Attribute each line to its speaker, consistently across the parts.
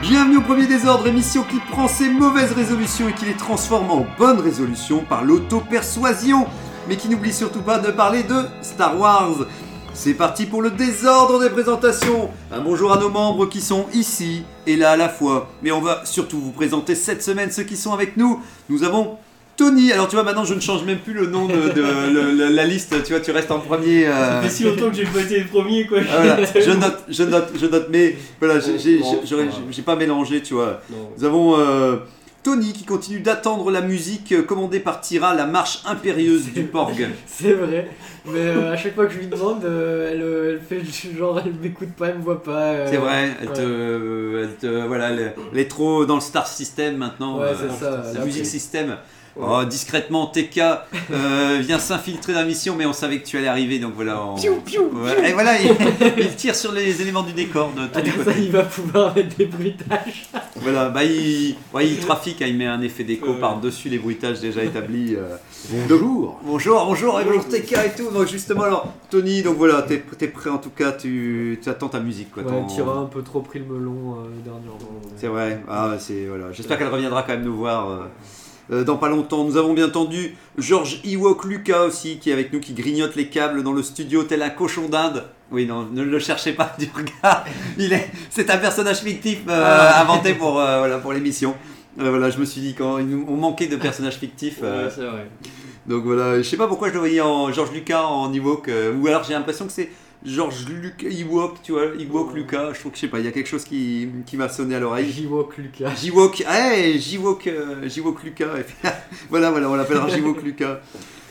Speaker 1: Bienvenue au Premier Désordre, émission qui prend ses mauvaises résolutions et qui les transforme en bonnes résolutions par l'auto-persuasion, mais qui n'oublie surtout pas de parler de Star Wars. C'est parti pour le désordre des présentations. Un bonjour à nos membres qui sont ici et là à la fois. Mais on va surtout vous présenter cette semaine ceux qui sont avec nous. Nous avons Tony. Alors tu vois maintenant je ne change même plus le nom de, de- le- le- la liste. Tu vois tu restes en premier. euh,
Speaker 2: Mais si longtemps que j'ai pas été le premier, quoi.
Speaker 1: Ah, voilà. Je note, je note, je note, mais voilà, j'ai- j'ai j'aurais- j'ai pas mélangé, tu vois.
Speaker 2: Non.
Speaker 1: Nous avons euh, Tony qui continue d'attendre la musique euh, commandée par Tira, la marche impérieuse du Porg.
Speaker 3: C'est vrai, mais euh, à chaque fois que je lui demande, euh, elle, euh, elle fait le- genre, elle m'écoute pas, elle me voit pas. euh,
Speaker 1: C'est vrai, elle te,
Speaker 3: ouais.
Speaker 1: elle te- voilà, elle, elle est trop dans le star system maintenant.
Speaker 3: Ouais,
Speaker 1: euh,
Speaker 3: c'est ça.
Speaker 1: la
Speaker 3: elle a
Speaker 1: musique
Speaker 3: pris.
Speaker 1: system. Oh, discrètement, TK euh, vient s'infiltrer dans la mission, mais on savait que tu allais arriver, donc voilà. on-
Speaker 3: Piou, piou,
Speaker 1: Voilà, et voilà, il, il tire sur les éléments du décor de tous les
Speaker 3: Attends,
Speaker 1: côtés.
Speaker 3: ça, il va pouvoir mettre des bruitages.
Speaker 1: Voilà, bah il, ouais, il trafique, hein, il met un effet d'écho
Speaker 2: Euh.
Speaker 1: par-dessus les bruitages déjà établis. euh.
Speaker 4: Bonjour.
Speaker 1: Bonjour, bonjour, et bonjour TK et tout. Donc justement, alors Tony, donc voilà, t'es t'es prêt en tout cas, tu, tu attends ta musique quoi.
Speaker 3: Ouais,
Speaker 1: t'en-
Speaker 3: Tira a un peu trop pris le melon euh, dernièrement.
Speaker 1: C'est vrai, ah, c'est voilà. J'espère qu'elle reviendra quand même nous voir. euh, euh, dans pas longtemps, nous avons bien entendu Georges Ewok Lucas aussi qui est avec nous, qui grignote les câbles dans le studio tel un cochon d'Inde. Oui, non, ne le cherchez pas du regard. Il est, c'est un personnage fictif euh,
Speaker 3: Ah.
Speaker 1: inventé pour euh, voilà pour l'émission. Euh, voilà, je me suis dit quand il nous- on manquait de personnages fictifs. euh,
Speaker 2: Ouais, c'est vrai.
Speaker 1: donc voilà, je sais pas pourquoi je le voyais en Georges Lucas en Ewok, euh, ou alors j'ai l'impression que c'est Georges Lucas Ewok, tu vois, Ewok Lucas. Je trouve que je sais pas, il y a quelque chose qui, qui m'a sonné à l'oreille.
Speaker 3: J-Walk Lucas.
Speaker 1: J-Walk, hey, J-Walk, euh, J-Walk Lucas. Et puis, voilà, voilà, on l'appellera J-Walk Lucas.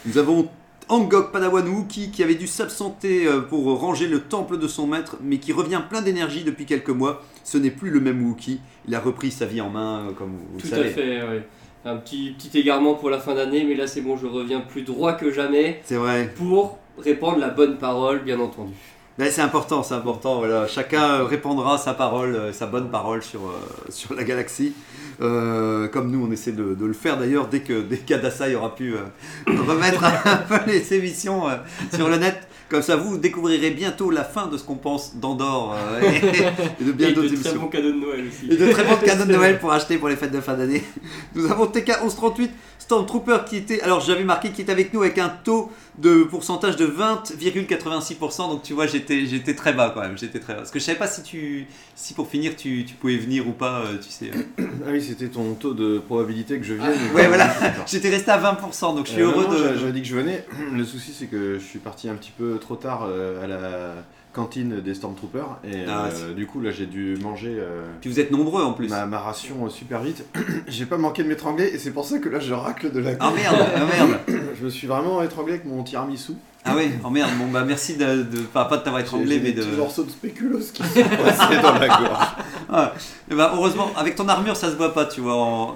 Speaker 1: Nous avons Angok Padawan Wookie qui avait dû s'absenter euh, pour ranger le temple de son maître, mais qui revient plein d'énergie depuis quelques mois. Ce n'est plus le même Wookie. Il a repris sa vie en main, euh, comme vous, vous
Speaker 2: Tout
Speaker 1: le
Speaker 2: à
Speaker 1: savez.
Speaker 2: fait, ouais. Un petit, petit égarement pour la fin d'année, mais là c'est bon, je reviens plus droit que jamais
Speaker 1: C'est vrai.
Speaker 2: pour répandre la bonne parole, bien entendu.
Speaker 1: Ouais, c'est important, c'est important. Voilà. Chacun euh, répandra sa parole, euh, sa bonne parole sur, euh, sur la galaxie. Euh, comme nous, on essaie de, de le faire d'ailleurs dès que dès qu'Adasai aura pu euh, remettre un peu les émissions euh, sur le net. Comme ça, vous découvrirez bientôt la fin de ce qu'on pense d'Andorre euh, et, et de bien
Speaker 2: Et
Speaker 1: d'autres
Speaker 2: de très
Speaker 1: émissions.
Speaker 2: bons cadeaux de Noël aussi.
Speaker 1: Et de très bons cadeaux de Noël pour acheter pour les fêtes de fin d'année. Nous avons TK1138, Stormtrooper qui était. Alors j'avais marqué qu'il était avec nous avec un taux de pourcentage de 20,86%. Donc tu vois, j'étais, j'étais très bas quand même. J'étais très bas. Parce que je savais pas si tu. Si pour finir, tu, tu pouvais venir ou pas, euh, tu sais.
Speaker 5: Ah oui, c'était ton taux de probabilité que je vienne.
Speaker 1: Ah, Ouais, voilà. J'étais resté à 20%, donc je suis
Speaker 5: Euh,
Speaker 1: heureux
Speaker 5: non, non,
Speaker 1: de.
Speaker 5: j'a- J'avais dit que je venais. Le souci, c'est que je suis parti un petit peu trop tard euh, à la cantine des Stormtroopers. Et
Speaker 1: Ah,
Speaker 5: euh,
Speaker 1: c'est-
Speaker 5: du coup, là, j'ai dû manger euh,
Speaker 1: Puis vous êtes nombreux en plus.
Speaker 5: ma, ma ration euh, super vite. j'ai pas manqué de m'étrangler et c'est pour ça que là, je racle de la
Speaker 1: Ah merde, ah merde.
Speaker 5: Je me suis vraiment étranglé avec mon tiramisu.
Speaker 1: Ah ouais, oh merde. Bon bah merci de. de- pas, pas de t'avoir
Speaker 5: J'ai
Speaker 1: étranglé,
Speaker 5: j'ai
Speaker 1: mais
Speaker 5: des
Speaker 1: de.
Speaker 5: petits morceaux de spéculoos qui sont passés dans la gorge.
Speaker 1: Ah, eh ben, heureusement, avec ton armure, ça se voit pas, tu vois. En...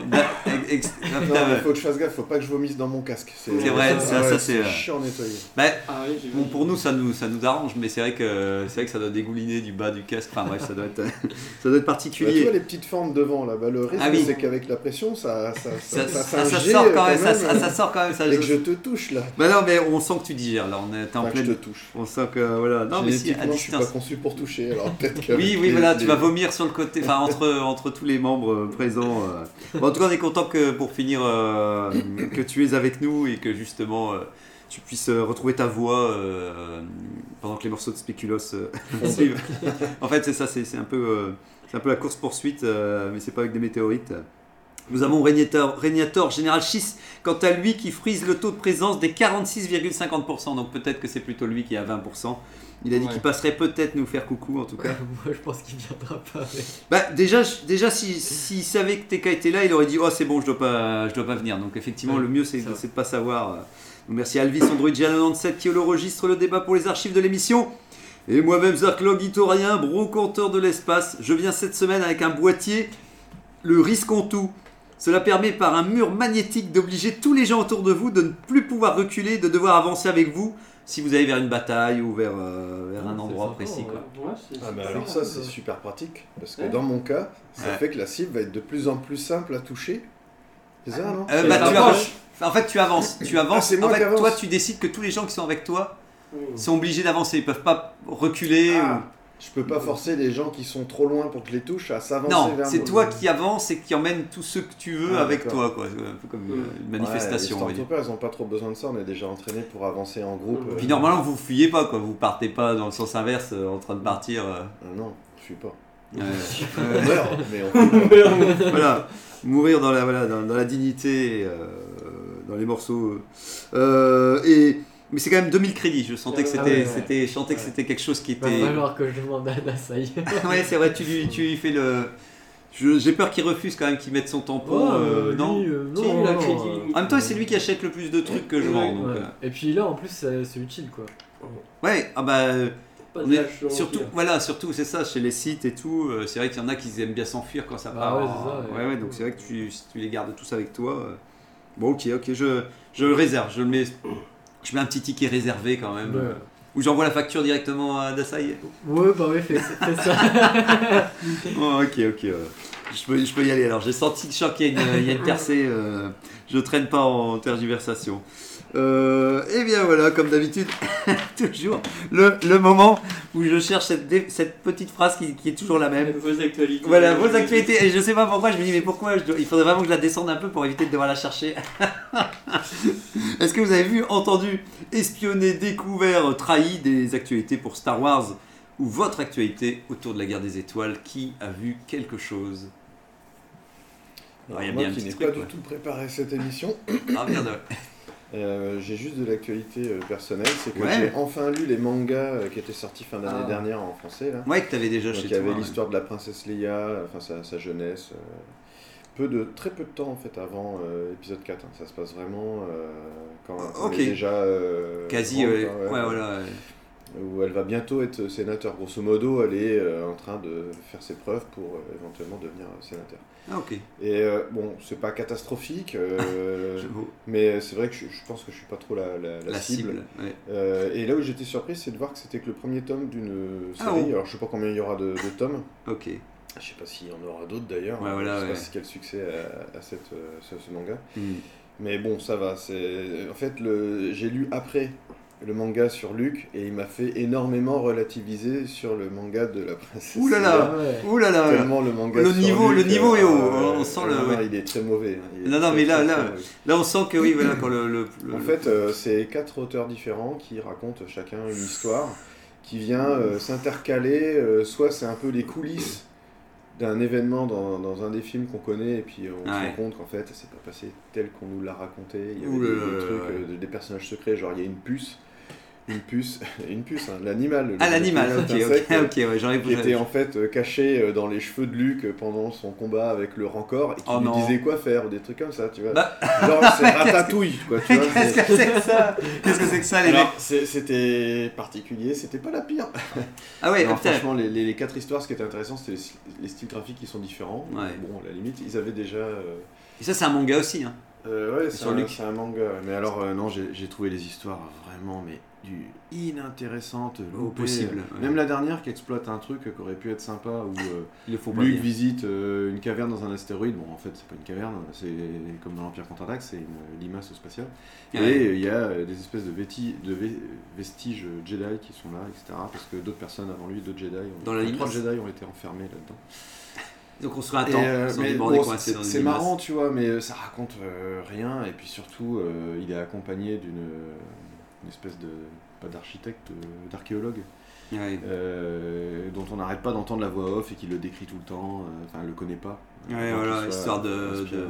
Speaker 1: ex- euh,
Speaker 5: Non, mais faut que je fasse gaffe, faut pas que je vomisse dans mon casque.
Speaker 1: C'est vrai,
Speaker 5: ah
Speaker 1: ça- ça,
Speaker 5: ouais,
Speaker 1: c'est, euh,
Speaker 5: chiant à nettoyer.
Speaker 1: Bah,
Speaker 2: Ah oui, j'ai vu.
Speaker 1: Bon, pour nous, ça nous, ça nous arrange, mais c'est vrai que c'est vrai que ça doit dégouliner du bas du casque. Enfin bref, ça doit être, ça doit être
Speaker 5: Bah, tu vois
Speaker 1: particulier.
Speaker 5: les petites formes devant là, bah, le risque
Speaker 1: Ah oui.
Speaker 5: c'est qu'avec la pression ça ça
Speaker 1: Ça,
Speaker 5: ça,
Speaker 1: ça-
Speaker 5: fait un
Speaker 1: ça
Speaker 5: jet,
Speaker 1: sort quand
Speaker 5: quand
Speaker 1: même, ça,
Speaker 5: même,
Speaker 1: ça- ça sort quand même. Ça,
Speaker 5: et que je te touche là.
Speaker 1: Bah non, mais on sent que tu digères là. On est t'es en
Speaker 5: Enfin, que je
Speaker 1: pleine.
Speaker 5: te touche.
Speaker 1: On sent que voilà. Non, mais si à
Speaker 5: Génétiquement, je suis pas
Speaker 1: distance.
Speaker 5: conçu pour toucher, alors peut-être que.
Speaker 1: Oui, oui, voilà. Tu vas vomir sur le côté, enfin entre entre tous les membres euh, présents. euh. Bon, en tout cas, on est content que pour finir euh, que tu es avec nous et que justement. euh, tu puisses euh, retrouver ta voix euh, pendant que les morceaux de Spéculos euh, suivent. En fait, c'est ça, c'est c'est un peu, euh, c'est un peu la course poursuite, mais c'est pas avec des météorites. Nous avons Régnator, Régnator Général Schiss, quant à lui, qui frise le taux de présence des 46,50%. Donc peut-être que c'est plutôt lui qui est à 20%. Il a dit
Speaker 2: Ouais.
Speaker 1: qu'il passerait peut-être nous faire coucou, en tout cas.
Speaker 3: Moi, je pense qu'il viendra pas avec.
Speaker 1: Bah, déjà, je- déjà s'il s'il savait que TK était là, il aurait dit Oh, c'est bon, je dois pas, je dois pas venir. Donc, effectivement,
Speaker 3: Ouais,
Speaker 1: le mieux, c'est
Speaker 3: ça
Speaker 1: de
Speaker 3: va.
Speaker 1: c'est de pas savoir. Donc, merci à Alvis, Android 97 qui enregistre le débat pour les archives de l'émission. Et moi-même, Zarklog Itorien, brocanteur de l'espace. Je viens cette semaine avec un boîtier, le risque en tout. Cela permet par un mur magnétique d'obliger tous les gens autour de vous de ne plus pouvoir reculer, de devoir avancer avec vous si vous allez vers une bataille ou vers, euh, vers un endroit précis. Quoi.
Speaker 5: Ah,
Speaker 1: bah.
Speaker 5: mais alors ça, c'est super pratique. Parce que dans mon cas, ça
Speaker 1: Ouais.
Speaker 5: fait que la cible va être de plus en plus simple à toucher. C'est ça, non
Speaker 1: Euh,
Speaker 2: C'est
Speaker 1: bah,
Speaker 2: pas
Speaker 1: tu
Speaker 2: proche.
Speaker 1: avances. En fait, tu avances. Tu avances.
Speaker 5: c'est moi
Speaker 1: en fait,
Speaker 5: qui avance.
Speaker 1: toi, tu décides que tous les gens qui sont avec toi sont obligés d'avancer. Ils peuvent pas reculer.
Speaker 5: Ah, Je peux pas forcer les gens qui sont trop loin pour que je les touche à
Speaker 1: ou...
Speaker 5: s'avancer
Speaker 1: Non,
Speaker 5: vers
Speaker 1: c'est
Speaker 5: moi.
Speaker 1: toi qui avances et qui emmène tous ceux que tu veux
Speaker 5: Ah,
Speaker 1: avec
Speaker 5: d'accord.
Speaker 1: toi. Quoi. C'est Un peu comme
Speaker 2: Mm.
Speaker 1: euh, une manifestation.
Speaker 5: Ouais,
Speaker 1: on va
Speaker 5: les
Speaker 1: dire.
Speaker 5: Stormtroopers, ils ont pas trop besoin de ça. On est déjà entraînés pour avancer en groupe.
Speaker 2: Mm.
Speaker 5: euh,
Speaker 1: Puis normalement, vous fuyez pas. Quoi. Vous partez pas dans le sens inverse euh, en train de partir. euh,
Speaker 5: euh, Non, je suis pas.
Speaker 1: euh,
Speaker 5: On meurt, mais on
Speaker 1: voilà, mourir dans la, voilà, dans, dans la dignité, euh, dans les morceaux. euh. Euh, et, mais c'est quand même 2000 crédits, je sentais que
Speaker 3: Ah
Speaker 1: c'était,
Speaker 3: ouais, ouais. Bah,
Speaker 1: c'était, je sentais que c'était quelque chose qui
Speaker 3: Va
Speaker 1: était...
Speaker 3: falloir que je demande à Nassaï.
Speaker 1: ouais, c'est vrai, tu lui, tu lui fais le... je- j'ai peur qu'il refuse quand même qu'il mette son
Speaker 3: Oh,
Speaker 1: tampon, euh, non
Speaker 2: Si, il a crédit limite.
Speaker 1: En même temps, c'est lui qui achète le plus de trucs que je vends, donc... euh,
Speaker 3: euh, Et puis là, en plus, ça- c'est utile quoi.
Speaker 1: Ouais, ah bah... euh,
Speaker 2: Pas
Speaker 1: on
Speaker 2: de
Speaker 1: est-
Speaker 2: lâche,
Speaker 1: surtout,
Speaker 2: gentil.
Speaker 1: voilà, surtout, c'est ça, chez les sites et tout, euh, c'est vrai qu'il y en a qui aiment bien s'enfuir quand ça
Speaker 3: Bah
Speaker 1: part.
Speaker 3: ouais,
Speaker 1: en-
Speaker 3: c'est ça,
Speaker 1: ouais.
Speaker 3: ouais.
Speaker 1: ouais, donc c'est vrai que tu, si tu les gardes tous avec toi. euh, Bon, ok, ok, je, je le réserve, je le mets, je mets un petit ticket réservé quand même.
Speaker 3: Ouais.
Speaker 1: euh, Ou j'envoie la facture directement à Dassaï.
Speaker 3: Ouais, bah ouais, fais, fais ça.
Speaker 1: Oh, ok, ok. ouais. Je, peux, je peux y aller alors. J'ai senti que je sens qu'il y a une, il y a une percée. euh, je traîne pas en tergiversation. Euh, eh bien voilà, comme d'habitude, toujours le, le moment où je cherche cette, dé- cette petite phrase qui, qui est toujours la même.
Speaker 2: Vos actualités.
Speaker 1: Voilà, vos actualités. Et je sais pas pourquoi, je me dis, mais pourquoi je dois- Il faudrait vraiment que je la descende un peu pour éviter de devoir la chercher. Est-ce que vous avez vu, entendu, espionné, découvert, trahi des actualités pour Star Wars ou votre actualité autour de la guerre des étoiles Qui a vu quelque chose Alors, il y a
Speaker 5: moi
Speaker 1: bien un
Speaker 5: qui
Speaker 1: petit
Speaker 5: n'ai
Speaker 1: truc,
Speaker 5: pas
Speaker 1: ouais.
Speaker 5: du tout préparé cette émission,
Speaker 1: Ah merde.
Speaker 5: euh, j'ai juste de l'actualité euh, personnelle, c'est que
Speaker 1: Ouais.
Speaker 5: j'ai enfin lu les mangas euh, qui étaient sortis fin d'année
Speaker 3: Ah.
Speaker 5: dernière en français là.
Speaker 1: Ouais, que t'avais déjà
Speaker 5: Donc,
Speaker 1: chez
Speaker 5: il y avait
Speaker 1: toi. hein. ouais.
Speaker 5: l'histoire de la princesse Leia, euh, enfin sa, sa jeunesse, euh, peu de très peu de temps en fait avant euh, épisode 4. hein. Ça se passe vraiment euh, quand, quand
Speaker 1: Ah, Ok.
Speaker 5: elle est déjà euh,
Speaker 1: Quasi.
Speaker 5: grande,
Speaker 1: euh,
Speaker 5: quoi,
Speaker 1: ouais, voilà. ouais.
Speaker 5: où elle va bientôt être sénateur. Grosso modo, elle est euh, en train de faire ses preuves pour euh, éventuellement devenir euh, sénateur.
Speaker 1: Ah, ok.
Speaker 5: Et euh, bon, c'est pas catastrophique, euh,
Speaker 1: Je-
Speaker 5: mais c'est vrai que je, je pense que je suis pas trop la, la- la
Speaker 1: La
Speaker 5: cible.
Speaker 1: cible. ouais.
Speaker 5: Euh, et là où j'étais surpris, c'est de voir que c'était que le premier tome d'une
Speaker 1: Ah
Speaker 5: série.
Speaker 1: bon
Speaker 5: Alors je sais pas combien il y aura de, de tomes.
Speaker 1: Ok.
Speaker 5: Ah, Je sais pas s'il y en aura d'autres d'ailleurs.
Speaker 1: Ouais, voilà,
Speaker 5: je sais
Speaker 1: ouais.
Speaker 5: pas si- quel succès à, à cette, euh, ce, ce manga.
Speaker 1: Hmm.
Speaker 5: Mais bon, ça va. C'est en fait le j'ai lu après le manga sur Luc et il m'a fait énormément relativiser sur le manga de la princesse.
Speaker 1: Ouh là là,
Speaker 5: Leia.
Speaker 3: Ah ouais.
Speaker 1: Ouh là là.
Speaker 5: Tellement le manga.
Speaker 1: Le
Speaker 5: sur
Speaker 1: niveau-
Speaker 5: Luc, euh,
Speaker 1: le niveau est haut, on sent le-
Speaker 5: non, non,
Speaker 1: ouais.
Speaker 5: Il est très mauvais. hein, il est
Speaker 1: Non, non,
Speaker 5: très,
Speaker 1: mais là-
Speaker 5: très,
Speaker 1: là,
Speaker 5: très mauvais.
Speaker 1: Là, on sent que oui, voilà, quand le. le- le-
Speaker 5: En
Speaker 1: le-
Speaker 5: fait, euh, c'est quatre auteurs différents qui racontent chacun une histoire qui vient euh, s'intercaler. euh, soit c'est un peu les coulisses d'un événement dans, dans un des films qu'on connaît, et puis on se
Speaker 1: Ouais.
Speaker 5: rend compte qu'en fait, ça s'est pas passé tel qu'on nous l'a raconté. Il y
Speaker 1: Ouh
Speaker 5: avait
Speaker 1: là
Speaker 5: des,
Speaker 1: là
Speaker 5: des
Speaker 1: là
Speaker 5: trucs,
Speaker 1: là.
Speaker 5: euh, de- des personnages secrets, genre il y a une puce, une puce, une puce, hein, l'animal.
Speaker 1: Ah,
Speaker 5: le-
Speaker 1: l'animal,
Speaker 5: le
Speaker 1: ok,
Speaker 5: petit
Speaker 1: ok,
Speaker 5: insecte,
Speaker 1: ok, ouais, j'en ai
Speaker 5: qui était en fait euh, caché euh, dans les cheveux de Luc euh, pendant son combat avec le rancor et qui
Speaker 1: Oh
Speaker 5: lui
Speaker 1: non.
Speaker 5: disait quoi faire ou des trucs comme ça, tu vois.
Speaker 1: Bah.
Speaker 5: Genre c'est ratatouille quoi, tu vois.
Speaker 1: Qu'est-ce
Speaker 5: c'est-
Speaker 1: que c'est que ça Qu'est-ce que c'est que ça, les mecs
Speaker 5: Alors, c'est- c'était particulier, c'était pas la pire.
Speaker 1: Ah ouais,
Speaker 5: Non,
Speaker 1: putain.
Speaker 5: franchement, les, les- les quatre histoires, ce qui était intéressant, c'était les, les styles graphiques qui sont différents.
Speaker 1: Ouais.
Speaker 5: Bon, à la limite, ils avaient déjà. euh,
Speaker 1: Et ça, c'est un manga aussi, hein.
Speaker 5: euh, ouais, c'est
Speaker 1: Sur
Speaker 5: un,
Speaker 1: Luc.
Speaker 5: c'est un manga. Mais alors, euh, non, j'ai j'ai trouvé les histoires vraiment mais du inintéressantes,
Speaker 1: Au
Speaker 5: loupées.
Speaker 1: possible. ouais.
Speaker 5: Même la dernière qui exploite un truc qui aurait pu être sympa où euh,
Speaker 1: Il le faut pas
Speaker 5: Luke
Speaker 1: dire.
Speaker 5: visite euh, une caverne dans un astéroïde. Bon, en fait, c'est pas une caverne, c'est comme dans l'Empire contre-attaque, c'est une limace spatiale. Et
Speaker 1: Ouais.
Speaker 5: euh, il y a euh, des espèces de, véti- de vé- vestiges euh, Jedi qui sont là, etc. Parce que d'autres personnes avant lui, d'autres Jedi, ont,
Speaker 1: Dans la
Speaker 5: enfin, trois
Speaker 1: limace.
Speaker 5: Jedi ont été enfermés là-dedans.
Speaker 1: Donc on se
Speaker 5: Et,
Speaker 1: réattend.
Speaker 5: euh,
Speaker 1: ils ont
Speaker 5: mais
Speaker 1: dit, bon,
Speaker 5: bon,
Speaker 1: on est coincés dans
Speaker 5: c'est
Speaker 1: une
Speaker 5: c'est
Speaker 1: limace.
Speaker 5: marrant, tu vois, mais euh, ça raconte euh, rien. Et puis surtout, euh, il est accompagné d'une euh, une espèce de pas d'architecte, euh, d'archéologue
Speaker 1: Ouais.
Speaker 5: euh, dont on n'arrête pas d'entendre la voix off et qui le décrit tout le temps, euh, enfin, elle le connaît pas.
Speaker 1: Ouais,
Speaker 5: Avant qu'il
Speaker 1: voilà,
Speaker 5: soit
Speaker 1: histoire de-
Speaker 5: inspiré.
Speaker 1: de-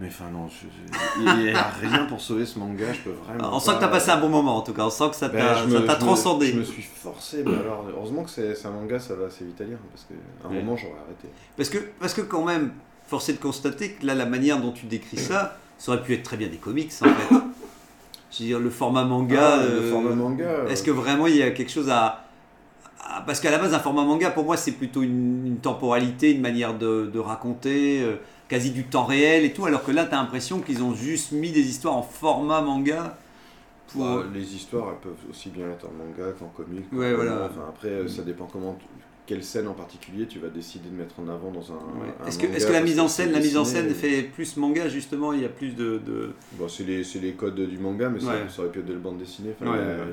Speaker 5: Mais enfin, non, je- je- il n'y a rien pour sauver ce manga, je peux vraiment.
Speaker 1: Alors, on sent que t'as passé un bon moment en tout cas, on sent que ça
Speaker 5: Ben,
Speaker 1: t'a
Speaker 5: je
Speaker 1: ça
Speaker 5: me-
Speaker 1: t'a
Speaker 5: je me-
Speaker 1: transcendé.
Speaker 5: Je me suis forcé, mais alors, heureusement que c'est c'est un manga, ça va assez vite à lire, hein, parce qu'à un
Speaker 1: Ouais.
Speaker 5: moment j'aurais arrêté.
Speaker 1: Parce, que, parce que quand même, force est de constater que là, la manière dont tu décris ça, ça aurait pu être très bien des comics en fait. Je veux dire, le format manga.
Speaker 5: Ah, le
Speaker 1: euh,
Speaker 5: format manga. euh,
Speaker 1: Est-ce que vraiment il y a quelque chose à. à- Parce qu'à la base, un format manga, pour moi, c'est plutôt une, une temporalité, une manière de, de raconter, euh, quasi du temps réel et tout, alors que là, t'as l'impression qu'ils ont juste mis des histoires en format manga. Pour...
Speaker 5: Bah, les histoires, elles peuvent aussi bien être en manga qu'en comic.
Speaker 1: Ouais,
Speaker 5: qu'en-
Speaker 1: voilà.
Speaker 5: Enfin, après, euh, ça dépend comment, tu- quelle scène en particulier tu vas décider de mettre en avant dans un.
Speaker 1: Ouais.
Speaker 5: un
Speaker 1: Est-ce que,
Speaker 5: manga,
Speaker 1: est-ce que la
Speaker 5: parce
Speaker 1: mise en
Speaker 5: c'est
Speaker 1: scène, la mise en
Speaker 5: dessiné,
Speaker 1: scène
Speaker 5: et-
Speaker 1: fait plus manga justement Il y a plus de, de-
Speaker 5: Bon, c'est les, c'est les codes du manga, mais ça-
Speaker 1: Ouais.
Speaker 5: ça, aurait pu être de la bande dessinée. Enfin,
Speaker 1: Ouais,
Speaker 5: euh,
Speaker 1: ouais.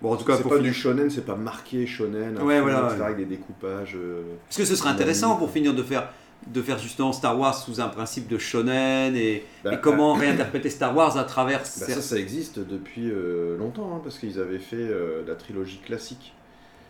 Speaker 1: Bon, en tout cas,
Speaker 5: c'est
Speaker 1: pour
Speaker 5: pas
Speaker 1: finir-
Speaker 5: du shonen, c'est pas marqué shonen.
Speaker 1: Ouais,
Speaker 5: infiniment,
Speaker 1: voilà,
Speaker 5: etc.,
Speaker 1: ouais.
Speaker 5: Avec des découpages. euh,
Speaker 1: Parce que ce serait intéressant pour finir de faire de faire justement Star Wars sous un principe de shonen et,
Speaker 5: bah,
Speaker 1: et comment réinterpréter Star Wars à travers
Speaker 5: Bah,
Speaker 1: cer-
Speaker 5: ça, ça existe depuis euh, longtemps, hein, parce qu'ils avaient fait euh, la trilogie classique.